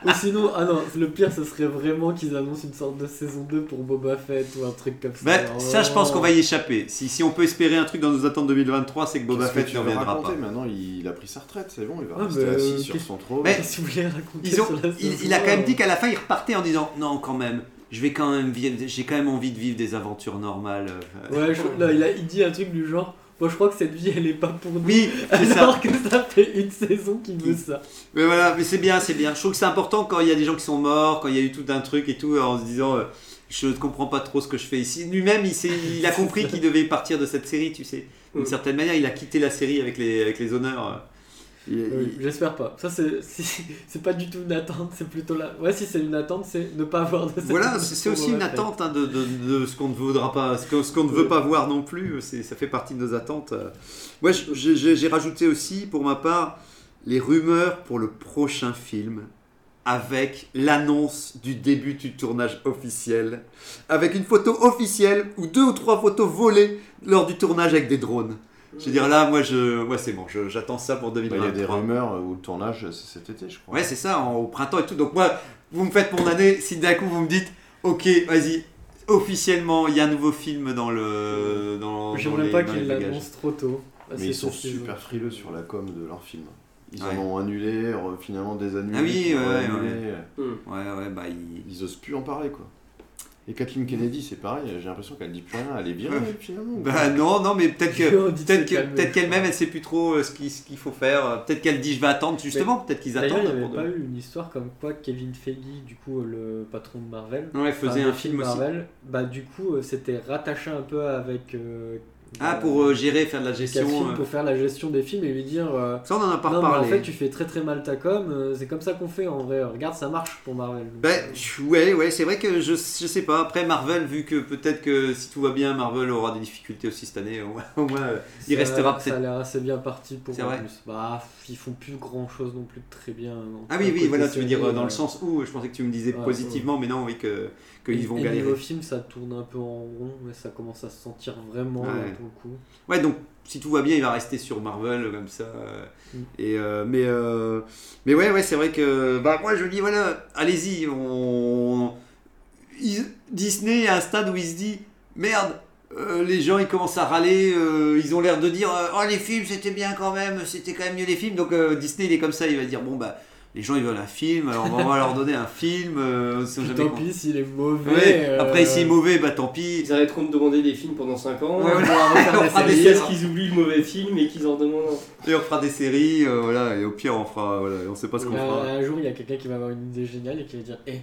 Speaker 3: Ou sinon, ah non, le pire, ce serait vraiment qu'ils annoncent une sorte de saison 2 pour Boba Fett ou un truc comme ça.
Speaker 1: Bah,
Speaker 3: Alors,
Speaker 1: ça, je pense qu'on va y échapper. Si, si on peut espérer un truc dans nos attentes 2023, c'est que Boba
Speaker 5: Qu'est-ce que
Speaker 1: Fett
Speaker 5: tu
Speaker 1: ne
Speaker 5: vas
Speaker 1: reviendra pas.
Speaker 5: raconter Maintenant, il, il a pris sa retraite, c'est bon, il va
Speaker 3: Ah,
Speaker 5: rester
Speaker 3: mais, euh,
Speaker 5: assis sur
Speaker 3: qu'est-ce-
Speaker 5: son trône.
Speaker 1: Mais-
Speaker 3: Si vous voulez raconter
Speaker 1: Ils ont-
Speaker 3: sur la saison
Speaker 1: il, il a quand même
Speaker 3: euh,
Speaker 1: dit qu'à la fin, il repartait en disant Non, quand même, je vais quand même vivre- j'ai quand même envie de vivre des aventures normales. Euh,
Speaker 3: Ouais, je- là, il, a, il dit un truc du genre Moi, je crois que cette vie, elle est pas pour nous.
Speaker 1: Oui, c'est ça.
Speaker 3: Alors que ça fait une saison qu'il veut ça.
Speaker 1: Mais voilà, mais c'est bien, c'est bien. Je trouve que c'est important quand il y a des gens qui sont morts, quand il y a eu tout un truc et tout, en se disant euh, Je ne comprends pas trop ce que je fais ici. Lui-même, il, s'est- il a compris qu'il devait partir de cette série, tu sais. D'une
Speaker 2: Mm.
Speaker 1: certaine manière, il a quitté la série avec les, avec les honneurs. Il-
Speaker 3: Oui, J'espère pas. Ça, c'est c'est- c'est pas du tout une attente, c'est plutôt là. Ouais, si c'est une attente, c'est ne pas avoir de saison
Speaker 1: Voilà,
Speaker 3: deux
Speaker 1: c'est c'est
Speaker 3: pour
Speaker 1: aussi une
Speaker 3: Boba Fett.
Speaker 1: attente hein, de, de- de ce qu'on ne voudra pas, ce que- ce qu'on ne veut pas voir non plus. c'est- Ça fait partie de nos attentes. euh. Moi, j- j'ai j'ai- j'ai rajouté aussi, pour ma part, les rumeurs pour le prochain film avec l'annonce du début du tournage officiel, avec une photo officielle ou deux ou trois photos volées lors du tournage avec des drones. Je veux dire, là, moi, je, ouais, c'est bon, je- j'attends ça pour
Speaker 5: Bah, Il y a des
Speaker 1: 2023.
Speaker 5: rumeurs où le tournage c'est cet été, je crois.
Speaker 1: ouais, c'est ça, en- au printemps et tout. Donc, moi, vous me faites mon année. Si d'un coup, vous me dites, ok, vas-y, officiellement, il y a un nouveau film dans le. Dans, dans
Speaker 3: J'aimerais
Speaker 1: les-
Speaker 3: pas
Speaker 1: dans
Speaker 3: qu'ils
Speaker 1: les bagages.
Speaker 3: l'annoncent trop tôt. Ah,
Speaker 5: Mais
Speaker 3: c'est
Speaker 5: ils sont
Speaker 3: cette saison.
Speaker 5: super frileux sur la com de leur film. Ils
Speaker 1: Ouais.
Speaker 5: en ont annulé, re- finalement désannulé.
Speaker 1: Ah oui,
Speaker 5: puis
Speaker 1: ouais,
Speaker 5: réannulé.
Speaker 1: Ouais, ouais, bah, il-
Speaker 5: Ils osent plus en parler, quoi. Et Kathleen Kennedy, c'est pareil, j'ai l'impression qu'elle dit plus rien, elle est bien,
Speaker 1: Ouais.
Speaker 5: elle, finalement. ou
Speaker 1: Bah
Speaker 5: pas
Speaker 1: non, non, mais peut-être que
Speaker 3: On dit de
Speaker 1: peut-être
Speaker 3: se
Speaker 1: que-
Speaker 3: calmer.
Speaker 1: peut-être qu'elle-même, elle sait plus trop euh, ce qu'il ce qu'il faut faire. Euh, Peut-être qu'elle dit je vais attendre justement. Peut-être qu'ils
Speaker 3: D'ailleurs,
Speaker 1: attendent.
Speaker 3: il n'y avait
Speaker 1: pour de-
Speaker 3: pas eu une histoire comme quoi Kevin Feige, du coup, le patron de Marvel,
Speaker 1: Ouais, faisait
Speaker 3: enfin,
Speaker 1: un
Speaker 3: des
Speaker 1: film
Speaker 3: films
Speaker 1: aussi.
Speaker 3: Marvel, bah du coup, euh, c'était rattaché un peu avec. euh,
Speaker 1: Ah,
Speaker 3: euh,
Speaker 1: pour euh, gérer, faire de la gestion.
Speaker 3: Lucasfilm
Speaker 1: euh.
Speaker 3: pour faire la gestion des films et lui dire. euh,
Speaker 1: Ça, on en a pas
Speaker 3: non, mais
Speaker 1: reparlé.
Speaker 3: en fait, tu fais très très mal ta com. euh, c'est comme ça qu'on fait en vrai. Regarde, ça marche pour Marvel. Donc, euh,
Speaker 1: Ben, je- ouais, ouais, c'est vrai que je, je sais pas. Après, Marvel, vu que peut-être que si tout va bien, Marvel aura des difficultés aussi cette année. Au moins, au moins, euh, il
Speaker 3: Ça-
Speaker 1: restera
Speaker 3: Ça
Speaker 1: peut-être-
Speaker 3: a l'air assez bien parti pour
Speaker 1: C'est
Speaker 3: en
Speaker 1: vrai.
Speaker 3: plus. Bah, ils font plus grand chose non plus de très bien. en
Speaker 1: Ah
Speaker 3: tout
Speaker 1: oui, oui,
Speaker 3: cas, côté
Speaker 1: voilà, tu veux dire euh,
Speaker 3: série,
Speaker 1: dans le
Speaker 3: euh,
Speaker 1: sens où je pensais que tu me disais
Speaker 3: Ouais,
Speaker 1: positivement, mais non, oui, que qu'ils vont
Speaker 3: et
Speaker 1: galérer.
Speaker 3: Niveau film, ça tourne un peu en rond, mais ça commence à se sentir vraiment
Speaker 1: Ouais.
Speaker 3: là, pour le coup.
Speaker 1: Ouais, donc si tout va bien, il va rester sur Marvel euh, comme ça. euh,
Speaker 3: Mm.
Speaker 1: Et euh, mais euh, mais ouais, ouais, c'est vrai que bah moi je dis voilà, allez-y, on ils- Disney est à un stade où il se dit merde. euh, les gens ils commencent à râler, euh, ils ont l'air de dire euh, oh les films c'était bien quand même, c'était quand même mieux les films. Donc euh, Disney il est comme ça, il va dire bon bah les gens ils veulent un film, alors on va leur donner un film. euh, ils sont
Speaker 3: Puis
Speaker 1: jamais
Speaker 3: Tant
Speaker 1: contents.
Speaker 3: pis s'il est mauvais.
Speaker 1: Ouais,
Speaker 3: euh,
Speaker 1: Après s'il est mauvais bah tant pis.
Speaker 2: Ils arrêteront de demander des films pendant 5 ans.
Speaker 1: Ouais, ah, ouais.
Speaker 3: on va refaire
Speaker 1: On
Speaker 3: la
Speaker 1: fera des
Speaker 3: série.
Speaker 2: Jusqu'à ce qu'ils oublient le mauvais film et qu'ils en demandent. un.
Speaker 1: Et on fera des séries, euh, voilà, et au pire on fera, voilà, et on sait pas ce qu'on
Speaker 3: Euh,
Speaker 1: fera.
Speaker 3: un jour, il y a quelqu'un qui va avoir une idée géniale et qui va dire Eh,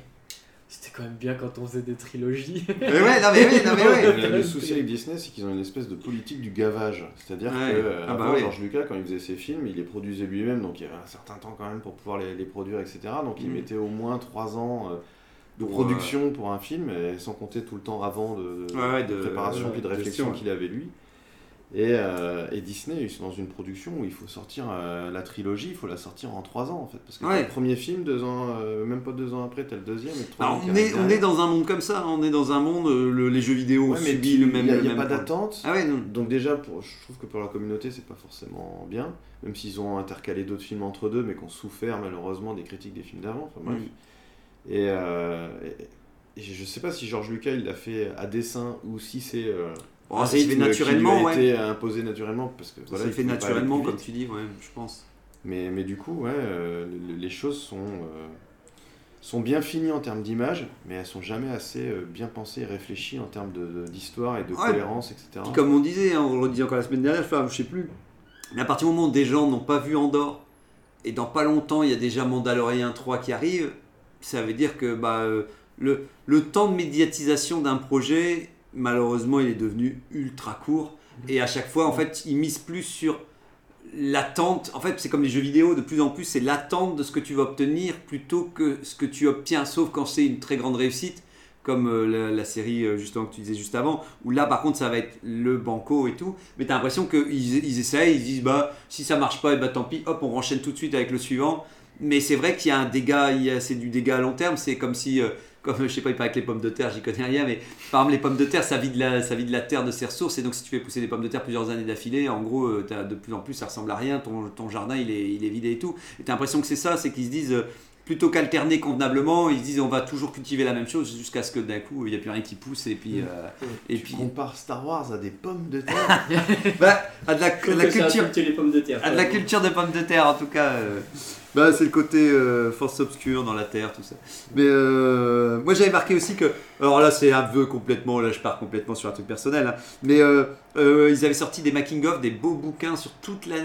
Speaker 3: c'était quand même bien quand on faisait des trilogies.
Speaker 1: Mais ouais, non mais ouais, non mais ouais.
Speaker 5: Mais Le souci avec Disney, c'est qu'ils ont une espèce de politique du gavage. C'est-à-dire
Speaker 1: Ouais.
Speaker 5: que euh,
Speaker 1: Ah bah
Speaker 5: avant,
Speaker 1: ouais.
Speaker 5: George Lucas, quand il faisait ses films, il les produisait lui-même, donc il y avait un certain temps quand même pour pouvoir les, les produire, etc. Donc il
Speaker 1: Mhm.
Speaker 5: mettait au moins 3 ans euh, de
Speaker 1: Pour, euh,
Speaker 5: production pour un film, et sans compter tout le temps avant de, de-
Speaker 1: Ouais, ouais, de-
Speaker 5: de préparation
Speaker 1: ouais,
Speaker 5: puis de
Speaker 1: de
Speaker 5: réflexion
Speaker 1: gestion, ouais.
Speaker 5: qu'il avait lui. Et, euh, et Disney, ils sont dans une production où il faut sortir euh, la trilogie, il faut la sortir en 3 ans en fait. Parce que t'as
Speaker 1: Ouais.
Speaker 5: le premier film, deux ans, euh, même pas deux ans après, t'as le deuxième et le
Speaker 1: Alors, Bah, on
Speaker 5: troisième. qui
Speaker 1: est,
Speaker 5: arrive
Speaker 1: on est
Speaker 5: derrière.
Speaker 1: dans un monde comme ça, hein. on est dans un monde, euh, le- les jeux vidéo ont
Speaker 5: Ouais, mais
Speaker 1: subi
Speaker 5: tu-
Speaker 1: le même.
Speaker 5: Il
Speaker 1: le
Speaker 5: n'y a,
Speaker 1: même
Speaker 5: pas
Speaker 1: problème.
Speaker 5: d'attente.
Speaker 1: Ah ouais, non.
Speaker 5: Donc déjà, pour, je trouve que pour la communauté, c'est pas forcément bien, même s'ils ont intercalé d'autres films entre deux, mais qu'on souffert malheureusement des critiques des films d'avant. Enfin, bref.
Speaker 1: Mm.
Speaker 5: Et, euh, et- et je sais pas si George Lucas il l'a fait à dessein ou si c'est euh,
Speaker 1: Oh,
Speaker 5: un
Speaker 1: ça se
Speaker 5: rythme
Speaker 1: fait
Speaker 5: qui lui a
Speaker 1: naturellement, ouais.
Speaker 5: été imposé naturellement parce que voilà,
Speaker 1: ça
Speaker 5: il
Speaker 1: se fait
Speaker 5: pouvait pas aller
Speaker 1: naturellement,
Speaker 5: plus
Speaker 1: comme
Speaker 5: vite.
Speaker 1: tu dis, ouais, je pense.
Speaker 5: Mais, mais du coup, ouais, euh, le- les choses sont, euh, sont bien finies en termes d'image, mais elles sont jamais assez euh, bien pensées et réfléchies en termes de- de- d'histoire et de
Speaker 1: Ouais.
Speaker 5: cohérence, etc.
Speaker 1: Puis comme on disait, hein, on le disait encore la semaine dernière, enfin, je sais plus. Mais à partir du moment où des gens n'ont pas vu Andorre, et dans pas longtemps, il y a déjà Mandalorian 3 qui arrive, ça veut dire que bah, euh, le, le temps de médiatisation d'un projet, malheureusement, il est devenu ultra court. Et à chaque fois, en fait, ils misent plus sur l'attente. En fait, c'est comme les jeux vidéo, de plus en plus, c'est l'attente de ce que tu vas obtenir plutôt que ce que tu obtiens, sauf quand c'est une très grande réussite, comme euh, la, la série euh, justement que tu disais juste avant, où là, par contre, ça va être le banco et tout. Mais t'as l'impression qu'ils ils essayent, ils disent, bah, si ça marche pas, et bah tant pis, hop, on renchaîne tout de suite avec le suivant. Mais c'est vrai qu'il y a un dégât, il y a- c'est du dégât à long terme, c'est comme si. euh, comme, je sais pas, il paraît que les pommes de terre, j'y connais rien, mais par exemple, les pommes de terre, ça vide, la, ça vide la terre de ses ressources. Et donc, si tu fais pousser des pommes de terre plusieurs années d'affilée, en gros, euh, t'as- de plus en plus, ça ressemble à rien. Ton, ton jardin, il est, il est vidé et tout. Et t'as l'impression que c'est ça, c'est qu'ils se disent, euh, plutôt qu'alterner convenablement, ils se disent, on va toujours cultiver la même chose jusqu'à ce que d'un coup, il n'y a plus rien qui pousse. Et puis.
Speaker 2: Mm.
Speaker 1: euh, et
Speaker 5: Tu
Speaker 1: puis
Speaker 5: compares Star Wars à des pommes de terre.
Speaker 1: bah, à de la,
Speaker 2: Je trouve
Speaker 1: la
Speaker 2: que ça
Speaker 1: culture.
Speaker 2: insulte les pommes de terre.
Speaker 1: À Ah, de la
Speaker 2: quoi.
Speaker 1: culture de pommes de terre, en tout cas. euh. Bah, c'est le côté euh, force obscure dans la terre, tout ça. Mais euh, moi, j'avais marqué aussi que. Alors là, c'est un vœu complètement. Là, je pars complètement sur un truc personnel. hein. mais euh, euh, ils avaient sorti des making-of, des beaux bouquins sur toute la-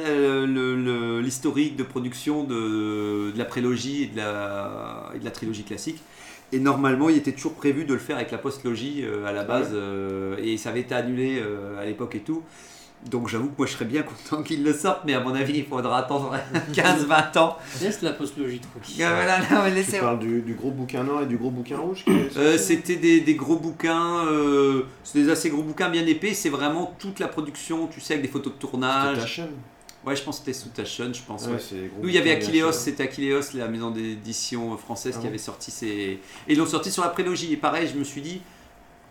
Speaker 1: le- le- l'historique de production de, de la prélogie et de la, et de la trilogie classique. Et normalement, il était toujours prévu de le faire avec la postlogie euh, à la base. euh, et ça avait été annulé euh, à l'époque et tout. Donc j'avoue que moi je serais bien content qu'ils le sortent, mais à mon avis il faudra attendre 15-20 ans.
Speaker 3: Laisse la post-logie tranquille.
Speaker 1: Euh, voilà, non, mais
Speaker 5: tu
Speaker 1: laissez-
Speaker 5: parles du, du gros bouquin noir et du gros bouquin rouge qui est
Speaker 1: Euh,
Speaker 5: sorti, là
Speaker 1: C'était des, des gros bouquins, euh, c'est des assez gros bouquins bien épais, c'est vraiment toute la production, tu sais, avec des photos de
Speaker 5: C'était ta
Speaker 1: tournage.
Speaker 5: chaîne.
Speaker 1: Ouais, je pense que c'était sous Tachon, je pense.
Speaker 5: Ouais,
Speaker 1: ouais.
Speaker 5: c'est les gros
Speaker 1: Nous, il y avait
Speaker 5: bouquins bien
Speaker 1: Akileos,
Speaker 5: sûr.
Speaker 1: c'était Akileos, la maison d'édition française
Speaker 5: Ah
Speaker 1: qui
Speaker 5: bon
Speaker 1: avait sorti ses. Et ils l'ont sorti sur la prélogie. Et pareil, je me suis dit,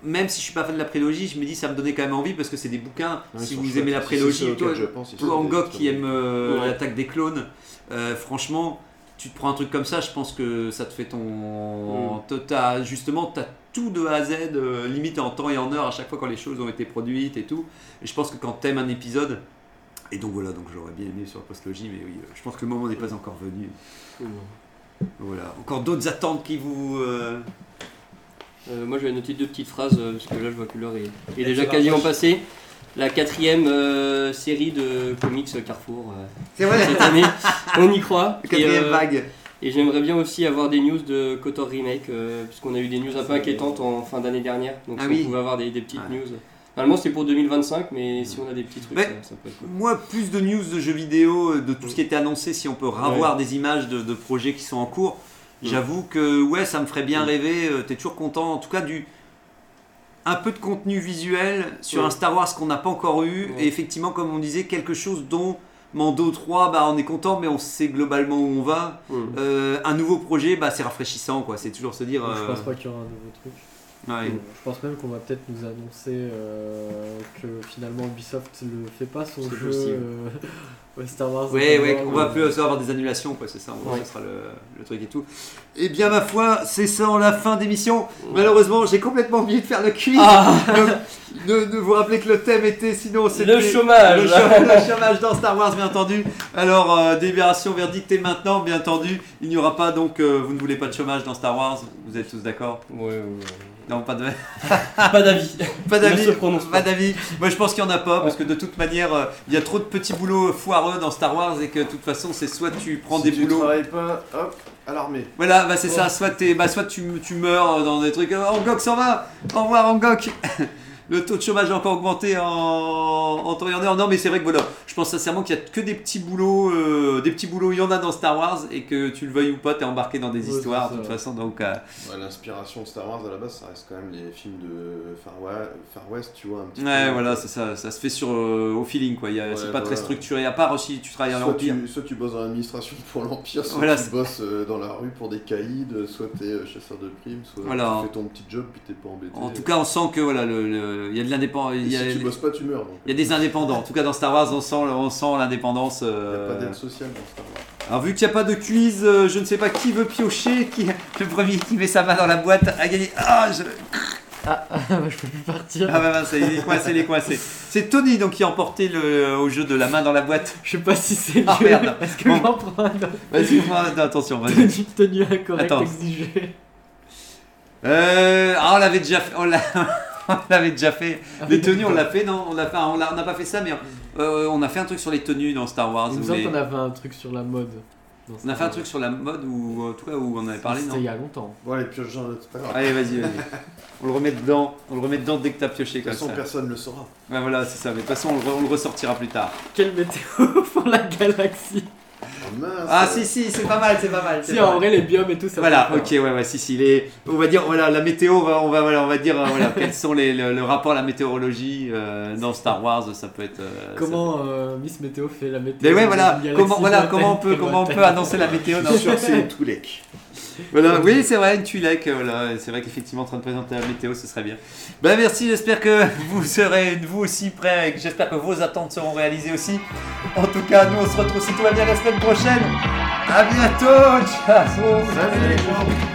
Speaker 1: même si je suis pas fan de la prélogie, je me dis ça me donnait quand même envie parce que c'est des bouquins.
Speaker 5: Non, ils
Speaker 1: si
Speaker 5: sont
Speaker 1: vous
Speaker 5: chouettes.
Speaker 1: aimez la
Speaker 5: Si, si,
Speaker 1: prélogie,
Speaker 5: c'est auquel
Speaker 1: toi,
Speaker 5: je pense, ils
Speaker 1: pour
Speaker 5: sont
Speaker 1: Angok
Speaker 5: des-
Speaker 1: qui aime euh,
Speaker 2: Ouais.
Speaker 1: l'attaque des clones, euh, franchement, tu te prends un truc comme ça, je pense que ça te fait ton. te- t'as- justement, tu as tout de A à Z, euh, limite en temps et en heure, à chaque fois quand les choses ont été produites et tout. Et je pense que quand t'aimes un épisode. Et donc voilà, donc j'aurais bien aimé sur la postlogie, mais oui, euh, je pense que le moment n'est pas encore venu.
Speaker 2: hein.
Speaker 1: Voilà. Encore d'autres attentes qui vous. euh,
Speaker 2: Euh, moi, je vais noter deux petites phrases, euh, parce que là, je vois que l'heure est, est déjà quasiment passée. La quatrième euh, série de comics Carrefour euh,
Speaker 1: C'est vrai,
Speaker 2: cette année, on y croit. Et,
Speaker 1: quatrième
Speaker 2: euh,
Speaker 1: vague.
Speaker 2: Et j'aimerais bien aussi avoir des news de Kotor Remake, euh, puisqu'on a eu des news un peu inquiétantes en fin d'année dernière. Donc
Speaker 1: Ah
Speaker 2: si
Speaker 1: oui.
Speaker 2: on pouvait avoir des, des petites
Speaker 1: Ouais.
Speaker 2: news. Normalement c'est pour 2025, mais si on a des petits trucs,
Speaker 1: Mais-
Speaker 2: ça, ça peut être cool.
Speaker 1: Moi, plus de news de jeux vidéo, euh, de tout ce qui était annoncé, si on peut ravoir des images de, de projets qui sont en cours,
Speaker 3: Mm.
Speaker 1: j'avoue que ouais, ça me ferait bien rêver. euh, T'es toujours content, en tout cas du un peu de contenu visuel sur
Speaker 2: Ouais.
Speaker 1: un
Speaker 3: Mm.
Speaker 1: Star Wars qu'on n'a pas encore eu.
Speaker 2: Ouais.
Speaker 1: Et effectivement, comme on disait, quelque chose dont Mando 3, bah on est content, mais on sait globalement où on va.
Speaker 2: Mm.
Speaker 1: Euh, un nouveau projet, bah c'est rafraîchissant, quoi. C'est toujours se dire.
Speaker 3: Je
Speaker 1: euh,
Speaker 3: pense pas qu'il y aura un nouveau truc.
Speaker 1: ouais.
Speaker 3: Je pense même qu'on va peut-être nous annoncer euh, que finalement Ubisoft ne fait pas son
Speaker 2: C'est
Speaker 3: jeu
Speaker 2: possible.
Speaker 3: euh, ouais, Star Wars.
Speaker 1: Ouais, ouais,
Speaker 3: Underworld,
Speaker 1: on va
Speaker 3: euh,
Speaker 1: plus avoir des annulations, quoi, c'est ça, on
Speaker 2: Ouais.
Speaker 1: ce sera le, le truc et tout. Eh bien, ma foi, c'est ça en la fin d'émission. Malheureusement, j'ai complètement oublié de faire le quiz.
Speaker 2: Ah
Speaker 1: Donc, ne, ne vous rappelez que le thème était, sinon c'était...
Speaker 2: Le chômage.
Speaker 1: Le chômage, le chômage dans Star Wars, bien entendu. Alors, euh, délibération, verdict est maintenant, bien entendu. Il n'y aura pas, donc, euh, vous ne voulez pas de chômage dans Star Wars, vous êtes tous d'accord
Speaker 2: Ouais, ouais, ouais.
Speaker 1: Non, pas de...
Speaker 2: Ah, Pas d'avis.
Speaker 1: Pas
Speaker 2: Ne
Speaker 1: d'avis,
Speaker 2: se prononce
Speaker 1: pas d'avis. Bah, Moi je pense qu'il n'y en a pas parce que de toute manière euh, il y a trop de petits boulots foireux dans Star Wars et que de toute façon c'est soit tu prends
Speaker 5: Si
Speaker 1: des
Speaker 5: tu
Speaker 1: boulots.
Speaker 5: travailles pas, hop, à l'armée.
Speaker 1: Voilà, bah c'est ça, soit, t'es- bah, soit tu, tu meurs dans des trucs. Oh, Angok s'en va Au revoir Angok Le taux de chômage a encore augmenté en, en temps et en heure. Non, mais c'est vrai que voilà, je pense sincèrement qu'il y a que des petits boulots, euh, des petits boulots, il y en a dans Star Wars et que tu le veuilles ou pas, t'es embarqué dans des
Speaker 3: Ouais,
Speaker 1: histoires
Speaker 3: c'est
Speaker 1: de
Speaker 3: ça.
Speaker 1: toute façon. Donc, euh,
Speaker 5: Ouais, L'inspiration de Star Wars à la base, ça reste quand même les films de Far West, Far West tu vois, un petit
Speaker 1: ouais,
Speaker 5: peu. euh,
Speaker 1: voilà, c'est ça, ça se fait sur, euh, au feeling quoi. Il y a-
Speaker 5: Ouais,
Speaker 1: c'est pas
Speaker 5: voilà.
Speaker 1: très structuré, à part si tu travailles à
Speaker 5: Soit
Speaker 1: l'Empire.
Speaker 5: tu, soit tu bosses dans l'administration pour l'Empire, soit
Speaker 1: Voilà,
Speaker 5: tu
Speaker 1: c'est-
Speaker 5: bosses euh, dans la rue pour des caïds, soit t'es euh, chasseur de primes, soit
Speaker 1: Voilà.
Speaker 5: tu fais ton petit job puis t'es pas embêté.
Speaker 1: En tout cas, on sent que voilà, le- le- il y a de l'indépendance.
Speaker 5: Et
Speaker 1: Il y a,
Speaker 5: si tu bosses pas, tu meurs. Donc.
Speaker 1: il y a des indépendants. En tout cas, dans Star Wars, on sent, on sent l'indépendance.
Speaker 5: Il y a
Speaker 1: euh,
Speaker 5: pas d'aide sociale dans Star Wars.
Speaker 1: Alors vu qu'il n'y a pas de quiz, euh, je ne sais pas qui veut piocher, qui le premier qui met sa main dans la boîte a gagné. Ah, je...
Speaker 3: bah, je peux plus partir.
Speaker 1: ah bah, mince, c'est les coincés, les coincés. C'est Tony donc qui a emporté le, au jeu de la main dans la boîte.
Speaker 3: Je sais pas si c'est
Speaker 1: Ah,
Speaker 3: mieux.
Speaker 1: merde.
Speaker 3: Est-ce que
Speaker 1: Bon.
Speaker 3: j'en prends un autre
Speaker 1: Vas-y, prends- non, attention, vas-y.
Speaker 3: tenue, tenue incorrecte
Speaker 1: Attends.
Speaker 3: exigée
Speaker 1: Euh, ah, on l'avait déjà fait. On l'a- on l'avait déjà fait.
Speaker 3: Ah,
Speaker 1: Les tenues, on l'a fait, non On l'a fait, on l'a- on n'a pas fait ça, mais euh, on a fait un truc sur les tenues dans Star Wars.
Speaker 3: Il me
Speaker 1: ou
Speaker 3: semble
Speaker 1: les-
Speaker 3: qu'on avait un truc sur la mode. dans
Speaker 1: On a
Speaker 3: Star
Speaker 1: fait un
Speaker 3: Wars.
Speaker 1: truc sur la mode ou euh, en tout cas où on en avait parlé, non
Speaker 3: C'était il y a longtemps.
Speaker 5: Bon, allez, pioche dans c'est pas grave.
Speaker 1: Allez, vas-y, vas-y. On le remet dedans. On le remet dedans dès que t'as pioché
Speaker 5: de toute
Speaker 1: comme ça.
Speaker 5: façon, personne ne le saura.
Speaker 1: Ouais, voilà, c'est ça. Mais de toute façon, on le, re- on le ressortira plus tard.
Speaker 3: Quelle météo pour la galaxie
Speaker 5: Ah, mince,
Speaker 1: Ah,
Speaker 5: euh,
Speaker 1: si, si, c'est pas mal, c'est pas mal. c'est
Speaker 3: Si
Speaker 1: pas
Speaker 3: en
Speaker 1: mal.
Speaker 3: vrai les biomes et tout ça.
Speaker 1: Voilà,
Speaker 3: va euh, le
Speaker 1: ok,
Speaker 3: faire.
Speaker 1: ouais, ouais, si, si, les, on va dire, voilà, la météo, on va, on va, voilà, on va dire, euh, voilà, quels sont les, le, le rapport à la météorologie euh, dans Star Wars, ça peut être. euh, ça peut-
Speaker 3: Comment euh, Miss Météo fait la météo
Speaker 1: Mais ouais,
Speaker 3: dans
Speaker 1: voilà,
Speaker 3: une galaxie
Speaker 1: comment, voilà,
Speaker 3: lointaine,
Speaker 1: comment on peut,
Speaker 3: très
Speaker 1: comment on peut
Speaker 3: lointaine
Speaker 1: annoncer la météo dans
Speaker 5: Je suis sûr que c'est une Toulek.
Speaker 1: Voilà, oui, c'est vrai, une Twi'lek, euh, voilà, c'est vrai qu'effectivement, en train de présenter la météo, ce serait bien. Bah, merci, j'espère que vous serez, vous aussi, prêts, et que j'espère que vos attentes seront réalisées aussi. En tout cas, nous, on se retrouve si tout va bien la semaine prochaine. À bientôt, ciao
Speaker 5: Salut les gens